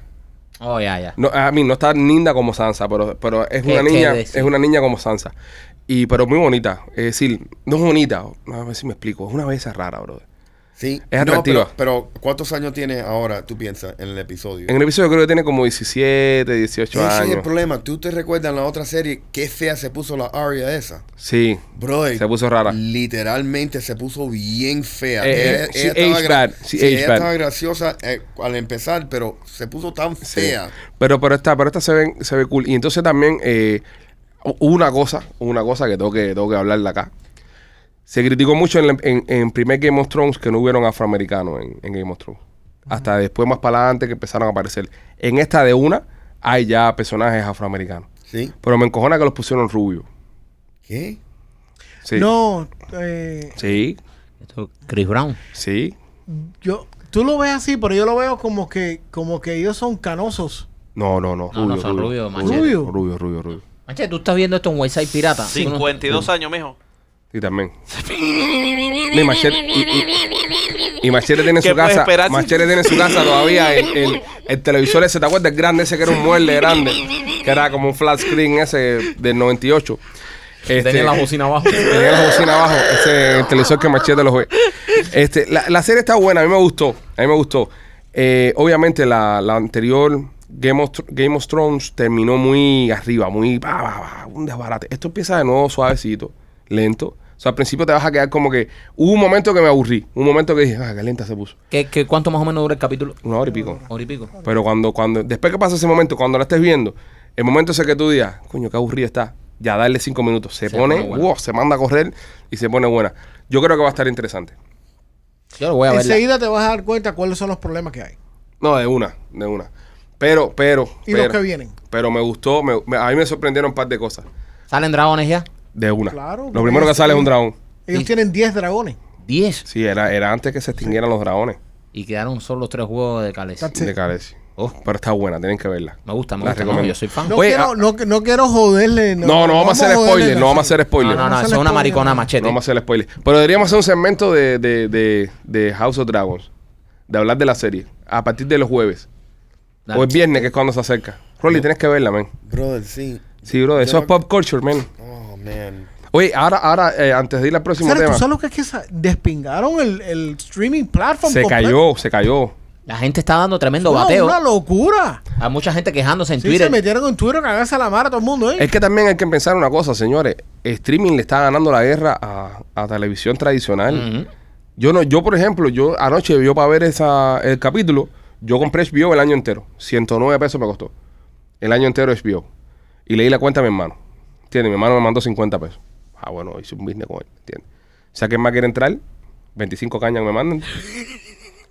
Oh, ya, ya.
No, a mí no está linda como Sansa, pero, pero es
Qué
una niña,
chévere, sí.
es una niña como Sansa. Y, pero muy bonita. Es decir, no es bonita. No, a ver si me explico. Es una belleza rara, brother.
Sí.
Es
No,
atractiva.
pero, pero ¿cuántos años tiene ahora, tú piensas, en el episodio?
En el episodio creo que tiene como 17, 18
Ese es
años.
el problema. ¿Tú te recuerdas en la otra serie qué fea se puso la Aria esa?
Sí.
Brother.
Se puso rara.
Literalmente se puso bien fea.
Eh, eh, she
estaba
aged
gra-
bad. She
sí,
aged
ella
bad.
estaba graciosa eh, al empezar, pero se puso tan
Sí.
fea.
Eh, Pero, pero esta, pero esta se ve, se ve cool. Y entonces también eh, hu- hubo una cosa, hubo una cosa que tengo que, tengo que hablarla acá. Se criticó mucho en, la- en- en primer Game of Thrones que no hubieron afroamericanos en, en Game of Thrones. Hasta después, más para adelante, que empezaron a aparecer. En esta de una, hay ya personajes afroamericanos.
¿Sí?
Pero me encojona que los pusieron rubios.
¿Qué?
Sí.
No, eh,
Sí,
Esto, Chris Brown.
sí.
yo, tú lo ves así, pero yo lo veo como que, como que ellos son canosos.
No, no, no.
No,
Rubio,
no, son
rubio,
rubios, machete.
rubio, rubio, rubio, rubio.
Manche, tú estás viendo esto en Whiteside Pirata. Tú no-
52 años, mijo.
Y también. No, y Machete, y- y- y Machete tiene
¿Qué
su
puede
casa.
esperar si-
Machete tiene en su casa todavía el, el- el televisor ese, ¿te acuerdas? El grande ese que era un mueble grande. Que era como un flat screen ese del 98. Este,
Tenía la bocina abajo.
Tenía la bocina abajo. Ese el televisor que Machete los ve. Este, la, la serie está buena, a mí me gustó. A mí me gustó. Eh, obviamente la, la anterior Game of, Thr- Game of Thrones terminó muy arriba, muy bah, bah, bah, un desbarate. Esto empieza de nuevo suavecito, lento. O sea, al principio te vas a quedar como que... Hubo un momento que me aburrí. Un momento que dije, ah, qué lenta se puso.
¿Qué, qué, ¿Cuánto más o menos dura el capítulo?
Una hora y pico.
Hora y pico.
Pero cuando, cuando, después que pasa ese momento, cuando la estés viendo, el momento ese que tú digas, coño, qué aburrida está, ya darle cinco minutos. Se,
Se
pone,
pone buena.
wow, se manda a correr y se pone buena. Yo creo que va a estar interesante.
Yo lo voy a ver.
Enseguida te vas a dar cuenta cuáles son los problemas que hay.
No, de una, de una. Pero, pero.
Y
pero,
los que vienen.
Pero me gustó, me- me- a mí me sorprendieron un par de cosas.
¿Salen dragones ya?
De una.
Claro,
Lo primero
porque
que sale es un
sí.
dragón.
Ellos
Sí.
tienen 10 dragones.
10.
Sí, era, era antes que se extinguieran los dragones
Y quedaron solo tres juegos de Calesi.
Sí.
de Khaleesi.
Oh.
Pero está buena, tienen que verla.
Me gusta, me
La
gusta. no,
recomiendo.
yo soy fan.
No,
Oye,
quiero,
ah-
no, no quiero joderle.
No, no, vamos a hacer
joderle
spoiler,
la
no vamos a
serie.
hacer spoiler.
No, no, no,
Vamos
eso
a
es una
spoiler,
maricona
no.
No
machete.
vamos a hacer spoiler. Pero deberíamos hacer un segmento de, de, de, de House of Dragons. De hablar de la serie. A partir de los jueves.
Dale.
O el viernes, que es cuando se acerca. Rolly, tienes que verla, man.
Brother, sí.
Sí, bro. Eso
Yo
es
no-
pop culture, man.
Oh, man.
Oye, ahora, ahora eh, antes de ir al próximo
Sara, ¿Tú
tema.
sabes lo que es que sa- despingaron el, el streaming platform?
Se
completo?
cayó, se cayó.
La gente está dando tremendo
No,
bateo.
una locura.
Hay mucha gente quejándose en
Sí,
Twitter.
se metieron en Twitter a cagarse a la mar a todo el mundo, ¿eh?
Es que también hay que pensar una cosa, señores. Streaming le está ganando la guerra a, a televisión tradicional.
Ujú.
Yo no, yo por ejemplo, yo anoche yo para ver esa, el capítulo, yo compré HBO el año entero. 109 pesos me costó. El año entero HBO. Y leí la cuenta a mi hermano. Tiene, mi hermano me mandó 50 pesos. Ah, bueno, hice un business con él. ¿entiendes? O sea, ¿quién más quiere entrar? 25 cañas que me mandan.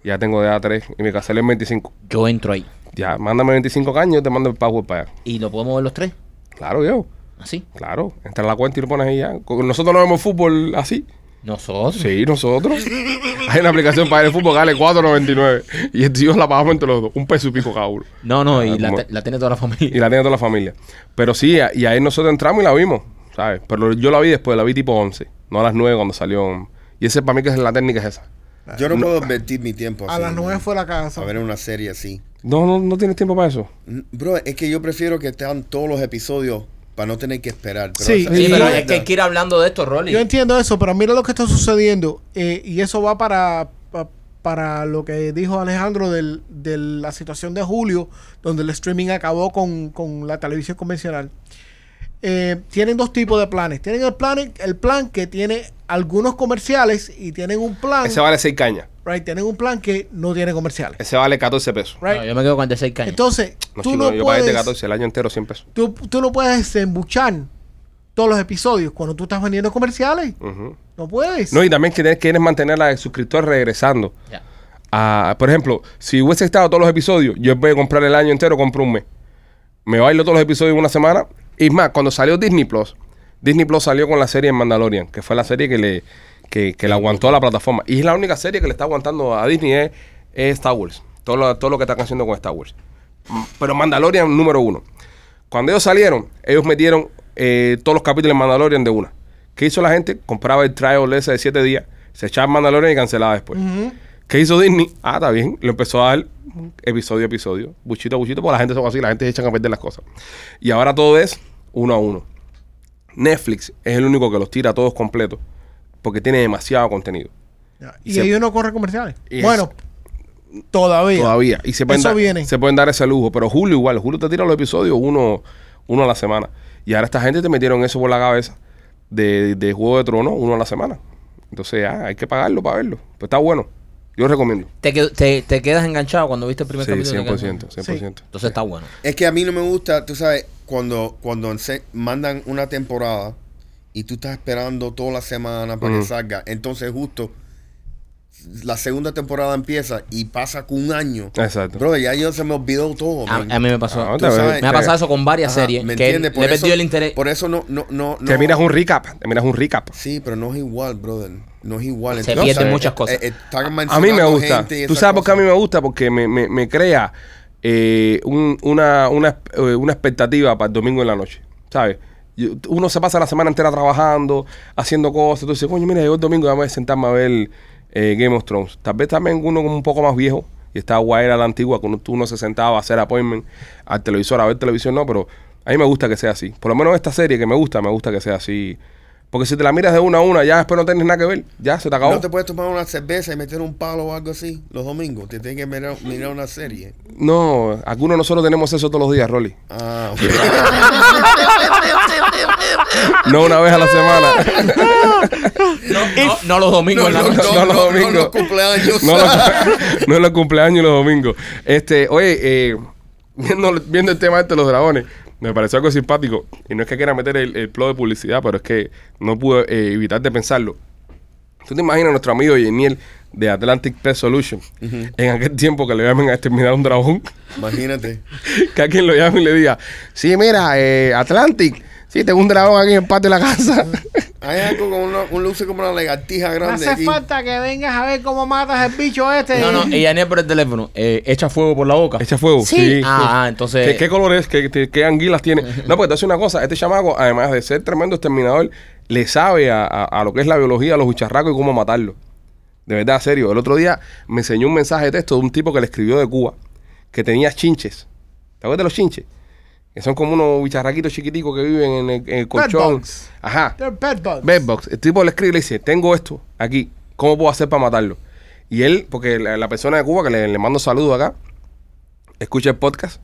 ya tengo de A3 y me casé en 25.
Yo entro ahí.
Ya, mándame 25 cañas y yo te mando el password para allá.
¿Y lo podemos ver los tres?
Claro, yo.
¿Así?
Claro, entra a la cuenta y lo pones ahí ya. Co- Nosotros no vemos fútbol así.
Nosotros.
Sí, nosotros. Hay una aplicación para ver el fútbol que vale 4.99. Y el tío la pagamos entre los dos. Un peso y pico cada uno.
No, no,
Ah,
y la,
como-
te- la tiene toda la
Y
familia.
la tiene toda la familia. Pero sí, a- y ahí nosotros entramos y la vimos. ¿sabes? Pero yo la vi después, la vi tipo 11, no a las 9 cuando salió. Y ese para mí que es la técnica es esa.
Yo no, puedo invertir mi tiempo
A
así,
las nueve fue la casa.
A ver una serie así.
No, no, no tienes tiempo para eso.
N- Bro, es que yo prefiero que estén todos los episodios para no tener que esperar. Pero
Sí,
esa-
Sí,
Y
pero
yo-
es que hay que ir hablando de esto, Rolly.
Yo entiendo eso, pero mira lo que está sucediendo. eh, y eso va para, pa- para lo que dijo Alejandro del- de la situación de julio, donde el streaming acabó con, con la televisión convencional. Eh, tienen dos tipos de planes. Tienen el plan, el plan que tiene algunos comerciales y tienen un plan,
Ese vale 6 cañas,
right, tienen un plan que no tiene comerciales.
ese vale 14 pesos.
right.
No, yo me quedo con el de 6 cañas.
Entonces,
No,
tú,
chico,
no
yo pagué de
puedes,
14 el año entero 100 pesos.
tú, tú no puedes desembuchar todos los episodios cuando tú estás vendiendo comerciales.
Ujú.
No puedes.
No, y también que tienes- quieres mantener al suscriptor regresando.
Ya.
Ah, por ejemplo, si hubiese estado todos los episodios, yo en vez de comprar el año entero, compro un mes. Me bailo todos los episodios en una semana. Y es más, cuando salió Disney Plus, Disney Plus salió con la serie en Mandalorian, que fue la serie que le que, que le aguantó a la plataforma. Y es la única serie que le está aguantando a Disney es, es Star Wars. Todo lo, todo lo que están haciendo con Star Wars. M- Pero Mandalorian número uno. Cuando ellos salieron, ellos metieron eh, todos los capítulos de Mandalorian de una. ¿Qué hizo la gente? Compraba el trial ese de 7 días, se echaba Mandalorian y cancelaba después. ¿Qué hizo Disney? Ah, está bien. Lo empezó a dar episodio a episodio, buchito a buchito, porque la gente son así, la gente se echan a perder las cosas. Y ahora todo es uno a uno. Netflix es el único que los tira a todos completos, porque tiene demasiado contenido.
Ya, Y
Se-
ellos no corren comerciales.
Y
bueno, todavía.
Todavía. Y se pueden,
Eso
dar,
viene.
se pueden dar ese lujo. Pero Julio igual. Julio te tira los episodios uno, uno a la semana. Y ahora esta gente te metieron eso por la cabeza de, de Juego de Tronos uno a la semana. Entonces ah, hay que pagarlo para verlo. Pues está bueno. Yo recomiendo.
Te, que- te, te quedas enganchado cuando viste el primer
Sí,
capítulo. te quedas-
100%. 100%.
Entonces está bueno.
Es que a mí no me gusta, tú sabes, cuando, cuando ense- mandan una temporada y tú estás esperando toda la semana para que
Ujú.
salga. Entonces justo la segunda temporada empieza y pasa con un año.
Exacto.
Bro, ya yo se me olvidó todo.
A,
man.
a mí me pasó.
Ah,
Tú sabes-
me ha pasado eso con varias
Ajá,
series.
¿me
que
entiendes?
le he perdido el interés.
Por eso no, no, no,
Te
no-
miras un recap. Te miras un recap.
Sí, pero no es igual, brother. No es igual. eh,
Se pierden muchas cosas.
A mí me gusta. Tú sabes por qué a mí me gusta. Porque me, me- me crea eh, un- una, una, eh, una expectativa para el domingo en la noche. ¿Sabes? Yo- Uno se pasa la semana entera trabajando, haciendo cosas. Tú dices, coño, mira, llegó el domingo, vamos a sentarme a ver eh, Game of Thrones. Tal vez también uno como un poco más viejo. Y estaba guay era la antigua, cuando tú uno se sentaba a hacer appointment al televisor, a ver televisión, no, pero a mí me gusta que sea así. Por lo menos esta serie que me gusta, me gusta que sea así. Porque si te la miras de una a una, ya después no tienes nada que ver. Ya se te acabó.
¿No te puedes tomar una cerveza y meter un palo o algo así los domingos? Te tienes que mirar, mirar una serie.
No, algunos de nosotros tenemos eso todos los días, Rolly.
Ah, ok.
No una vez a la semana.
No, no- no los domingos
No,
en la
no,
noche.
no, los domingos.
los cumpleaños.
No los, no los cumpleaños y los domingos. Este, oye, eh, viendo, viendo el tema este de los dragones, me pareció algo simpático. Y no es que quiera meter el, el flow de publicidad, pero es que no pude eh, evitar de pensarlo. ¿Tú te imaginas a nuestro amigo Yeniel de Atlantic Pest Solution en aquel tiempo que le llamen a exterminar un dragón?
Imagínate.
que alguien lo llame y le diga, sí, mira, eh, Atlantic, sí, tengo un dragón aquí en el patio de la casa.
Hay algo con una, un luce como una lagartija
no
grande
hace
aquí.
falta que vengas a ver cómo matas el bicho este.
No, no, ella ni es por el teléfono. Eh, echa fuego por la boca.
¿Echa fuego?
Sí.
Ah, ah, entonces.
¿Qué, qué colores, qué, qué- qué anguilas tiene? No, pues entonces una cosa, este chamaco, además de ser tremendo exterminador, le sabe a, a- a lo que es la biología, a los bicharracos y cómo matarlo. De verdad, serio. El otro día me enseñó un mensaje de texto de un tipo que le escribió de Cuba, que tenía chinches. ¿Te acuerdas de los chinches? Que son como unos bicharraquitos chiquiticos que viven en el, en el colchón.
bugs.
Ajá.
They're bed bugs.
Bedbox. El tipo le escribe y le dice, tengo esto aquí, ¿cómo puedo hacer para matarlo? Y él, porque la, la persona de Cuba que le, le mando saludos acá, escucha el podcast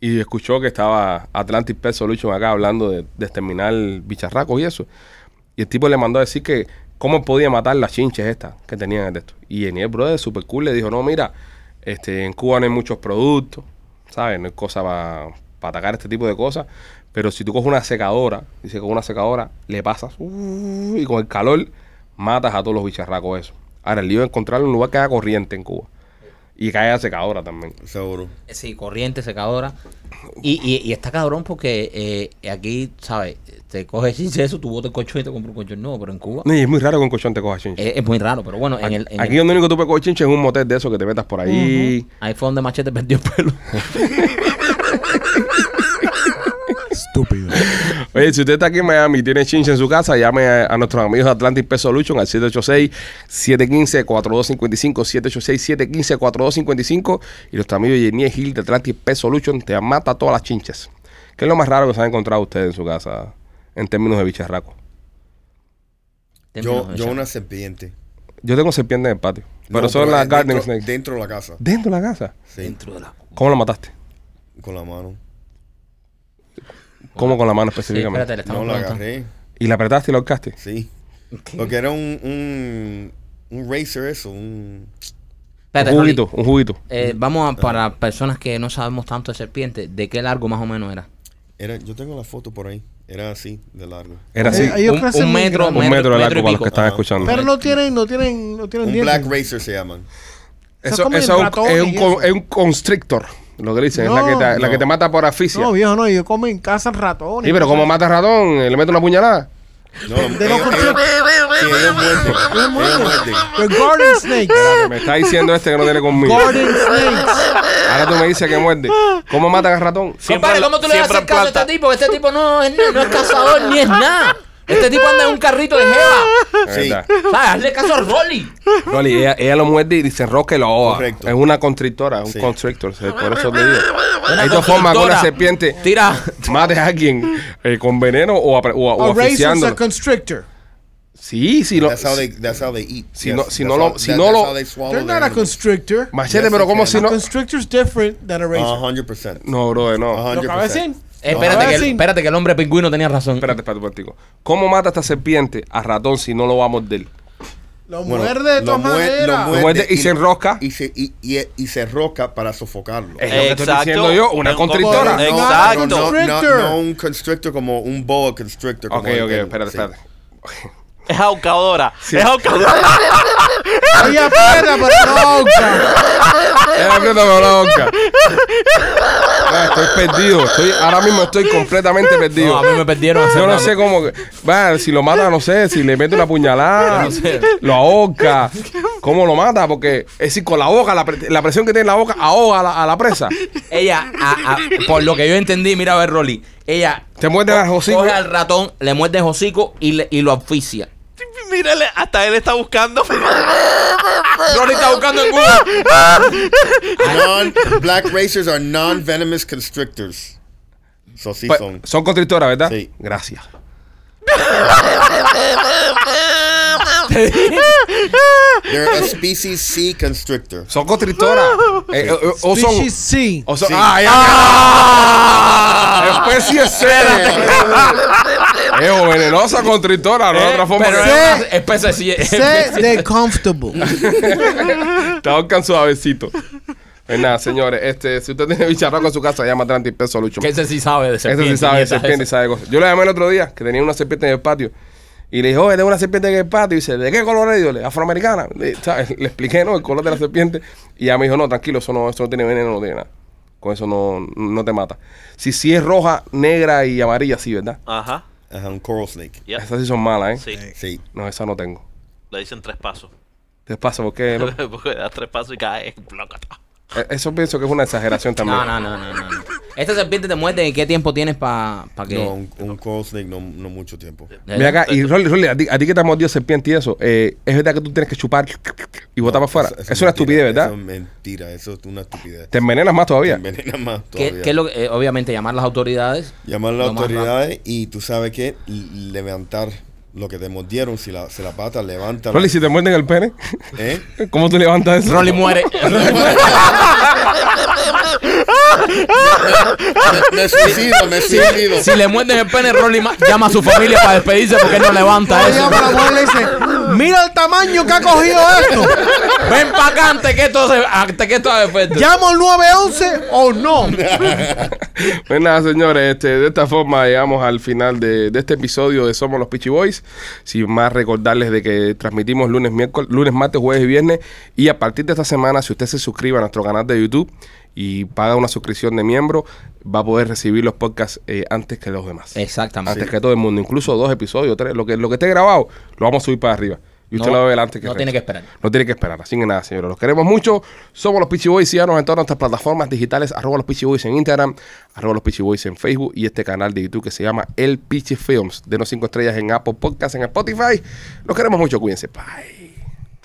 y escuchó que estaba Atlantic Pest Solution acá hablando de, de exterminar bicharracos y eso. Y el tipo le mandó a decir que cómo podía matar las chinches estas que tenían en el texto. Y en el brother, super cool, le dijo, no, mira, este, en Cuba no hay muchos productos, ¿sabes? No hay cosa para atacar este tipo de cosas. Pero si tú coges una secadora, dice con una secadora le pasas uh, y con el calor matas a todos los bicharracos eso. Ahora, el lío es encontrar un lugar que haga corriente en Cuba. Y que haya secadora también.
Seguro.
Sí, corriente, secadora. Y, y, y está cabrón porque eh, aquí, ¿sabes? Te coges chinche eso, tú botas el colchón y te compras un colchón nuevo, pero en Cuba
No, y es muy raro que un colchón te coja chinches.
es, es muy raro. Pero bueno, en el. en
Aquí
el-
donde único que tú puedes coger chinches es un motel de esos que te metas por ahí.
Ahí fue donde Machete perdió el pelo.
estúpido.
Oye, si usted está aquí en Miami y tiene chinche en su casa, llame a, a nuestros amigos de Atlantic Pest Solution al 786-715-4255, 786-715-4255 y nuestro amigo Yenier Gil de Atlantic Pest Solution te mata todas las chinches. ¿Qué es lo más raro que se han encontrado ustedes en su casa en términos de bicharraco?
Yo, yo una serpiente.
Yo tengo serpientes en el patio, pero
No,
pues,
son las
es
garden
dentro,
snakes.
Dentro de la casa.
¿Dentro de la casa?
Sí,
¿Cómo la mataste?
con la mano.
¿Cómo con la mano
Sí, espérate,
específicamente?
le estamos
No la
preguntando.
agarré.
¿Y la apretaste y la ahorcaste?
Sí.
¿Qué?
Porque era un, un, un racer eso, un...
Espérate,
un
Rolly.
juguito, un juguito.
Eh, vamos a, para personas que no sabemos tanto de serpiente, ¿de qué largo más o menos era?
Era, yo tengo la foto por ahí. Era así, de largo.
Era así,
Ellos
un,
crecen
un
muy
metro,
grandes.
un metro de
y
largo para los
pico.
que están escuchando.
Pero no tienen, no tienen, no tienen
Un
dientes.
black racer se llaman.
Eso es
Eso,
como
eso es, un-
ratón
es
y
un,
eso.
con- es un constrictor, lo que le dicen, es la que, te,
No,
la que te mata por asfixia.
No, viejo, no. Ellos comen, cazan ratones.
sí, pero como mata ratón, eh, le mete una puñalada.
No, ellos,
De los
ellos- sí, ellos muerden. Ellos muerden.
The garden snakes.
Espérate, Me está diciendo este que no tiene conmigo.
garden snakes.
Ahora tú me dices que muerde. ¿Cómo matan al ratón?
Compadre, ¿cómo tú le vas a
siempre
hacer caso a
planta.
este tipo? Este tipo no, es- no es cazador ni es nada. Este tipo anda en un carrito de jeva.
Es
Sí,
verdad.
¿Sabes? Hazle caso a Rolly.
Rolly, ella, ella lo muerde y se enrosca y lo ahoga.
Correcto.
Es una constrictora, es un
Sí.
constrictor. se- Por eso te digo. Hay dos formas que una
constrictora.
serpiente
Tira.
mate a alguien eh, con veneno o, apre- o,
A
o
razor's
asfixiándolo.
a constrictor.
Sí, sí. Lo,
that's how they, that's how they eat.
Si
Yes,
no- si
that's
no lo-
how-
si
that-
no
that's
lo-
how they swallow
They're
their
not a
animals.
constrictor.
machete,
Yes,
pero
they
¿cómo
can.
si no?
A constrictor's different than a razor.
A hundred percent.
No, bro, no.
A
Lo
hundred
acabas de decir.
percent.
Eh, espérate, que el, espérate, que el hombre pingüino tenía razón.
Espérate, espérate, un momentico. ¿Cómo mata esta serpiente a ratón si no lo va a morder?
Lo
Bueno,
muerde de
lo
todas
muer- lo
maneras.
muerde. y se enrosca.
Y se, y, y, y se enrosca para sofocarlo.
Es lo que estoy diciendo yo, una
Es un
constrictora.
constrictor.
No, No,
Exacto.
no, no,
Constrictor.
no un constrictor como un boa constrictor.
Ok, ok,
como el- el-
espérate,
sí.
espérate.
Es ahorcadora. Es ahorcadora.
Oye, aprieta, pero no, cara.
Eh, apriétame la boca. Ah, estoy perdido. Estoy, ahora mismo estoy completamente
No,
perdido.
a mí me perdieron hace
Yo no
rato.
sé cómo. que- Va, si lo mata, no sé. Si le mete una puñalada,
Yo no sé.
lo ahoga. ¿Cómo lo mata? Porque es decir, con la boca, la, pre- la presión que tiene en la boca, ahoga a la, a la presa.
Ella, a- a- por lo que yo entendí, mira a ver, Rolly. Ella
Te muerde las
coge
hocico.
al ratón, le muerde el hocico y, le- y lo asfixia.
Mírale, hasta él está buscando.
Rolly está buscando en Google.
Non, black racers are non-venomous constrictors. So sí
Pues,
son.
Son constrictoras, ¿verdad?
Sí.
Gracias.
They're a species C constrictor.
Son constrictoras. Eh, eh, eh, o son.
Species C.
O son.
Sí.
¡Ah, ya, ya! Especie C. Es o venenosa constrictora, no de otra forma.
Pero
que-
es una especie sí, es-
Sé de comfortable.
Te ahorcan suavecito. Pues nada, señores, este, si usted tiene bicharraco en su casa, llama a Atlantic Pest Solution.
Que ese sí sabe de
Ese
serpiente.
sí sabe de
esa-
serpiente y
esa-
sabe de cosas. Yo le llamé el otro día, que tenía una serpiente en el patio. Y le dije, oye, tengo una serpiente en el patio. Y dice, ¿de qué color es? Y yo, le afroamericana. Le, ¿sabes? le expliqué, ¿no? El color de la serpiente. Y ella me dijo, no, tranquilo, eso no, eso no tiene veneno, no tiene nada. Con eso no, no te mata. Si sí es roja, negra y amarilla, sí, ¿verdad?
Ajá.
Ajá, un coral snake.
ya.
Esas sí son malas, ¿eh?
Sí,
Sí.
No, esa no tengo.
le dicen tres pasos.
Te pasa, porque no?
Porque das tres pasos y caes. Plocata.
Eh, eso pienso que es una exageración también.
No, no, no, no, no. no. Esta serpiente te muerde. ¿Y qué tiempo tienes para pa que.?
No, un, un coral snake no, no mucho tiempo.
Mira acá, y Rolly, Rolly, a ti, a ti que te has mordido serpiente y eso, eh, es verdad que tú tienes que chupar y botar para afuera.
Eso- eso
es una
mentira,
estupidez, ¿verdad?
Eso es mentira, eso es una estupidez.
Te envenenas más todavía.
envenena más
¿Qué-
todavía.
qué es lo que- eh, obviamente llamar a las autoridades.
Llamar a las
Lo más
autoridades y tú sabes que levantar lo que te mordieron, si la, si la pata levanta.
Rolly, si te muerden el pene,
¿Eh?
¿cómo tú levantas eso?
Rolly muere.
Me he suicido, me he suicido.
si le muerden el pene, Rolly ma- llama a su familia para despedirse porque él no levanta
Oye,
eso.
pero bueno, le dice, mira el tamaño que ha cogido esto.
Ven para acá antes que esto se. Antes que esto se afecte.
¿Llamo al 911 o no?
Pues nada, señores, este, de esta forma llegamos al final de, de este episodio de Somos los Pitchy Boys. Sin más recordarles de que transmitimos lunes, miércoles, lunes, martes, jueves y viernes. Y a partir de esta semana, si usted se suscribe a nuestro canal de YouTube y paga una suscripción de miembro, va a poder recibir los podcasts eh, antes que los demás.
Exactamente.
Antes que todo el mundo, incluso dos episodios, tres, lo que, lo que esté grabado, lo vamos a subir para arriba. y usted lo ve delante.
no tiene que esperar.
No tiene que esperar. Así que nada, señores. Los queremos mucho. Somos los Peachy Boys. Síganos en todas nuestras plataformas digitales. Arroba los Peachy Boys en Instagram. Arroba los Peachy Boys en Facebook. Y este canal de YouTube que se llama El Peachy Films. Denos cinco estrellas en Apple Podcast, en Spotify. Los queremos mucho. Cuídense. Bye.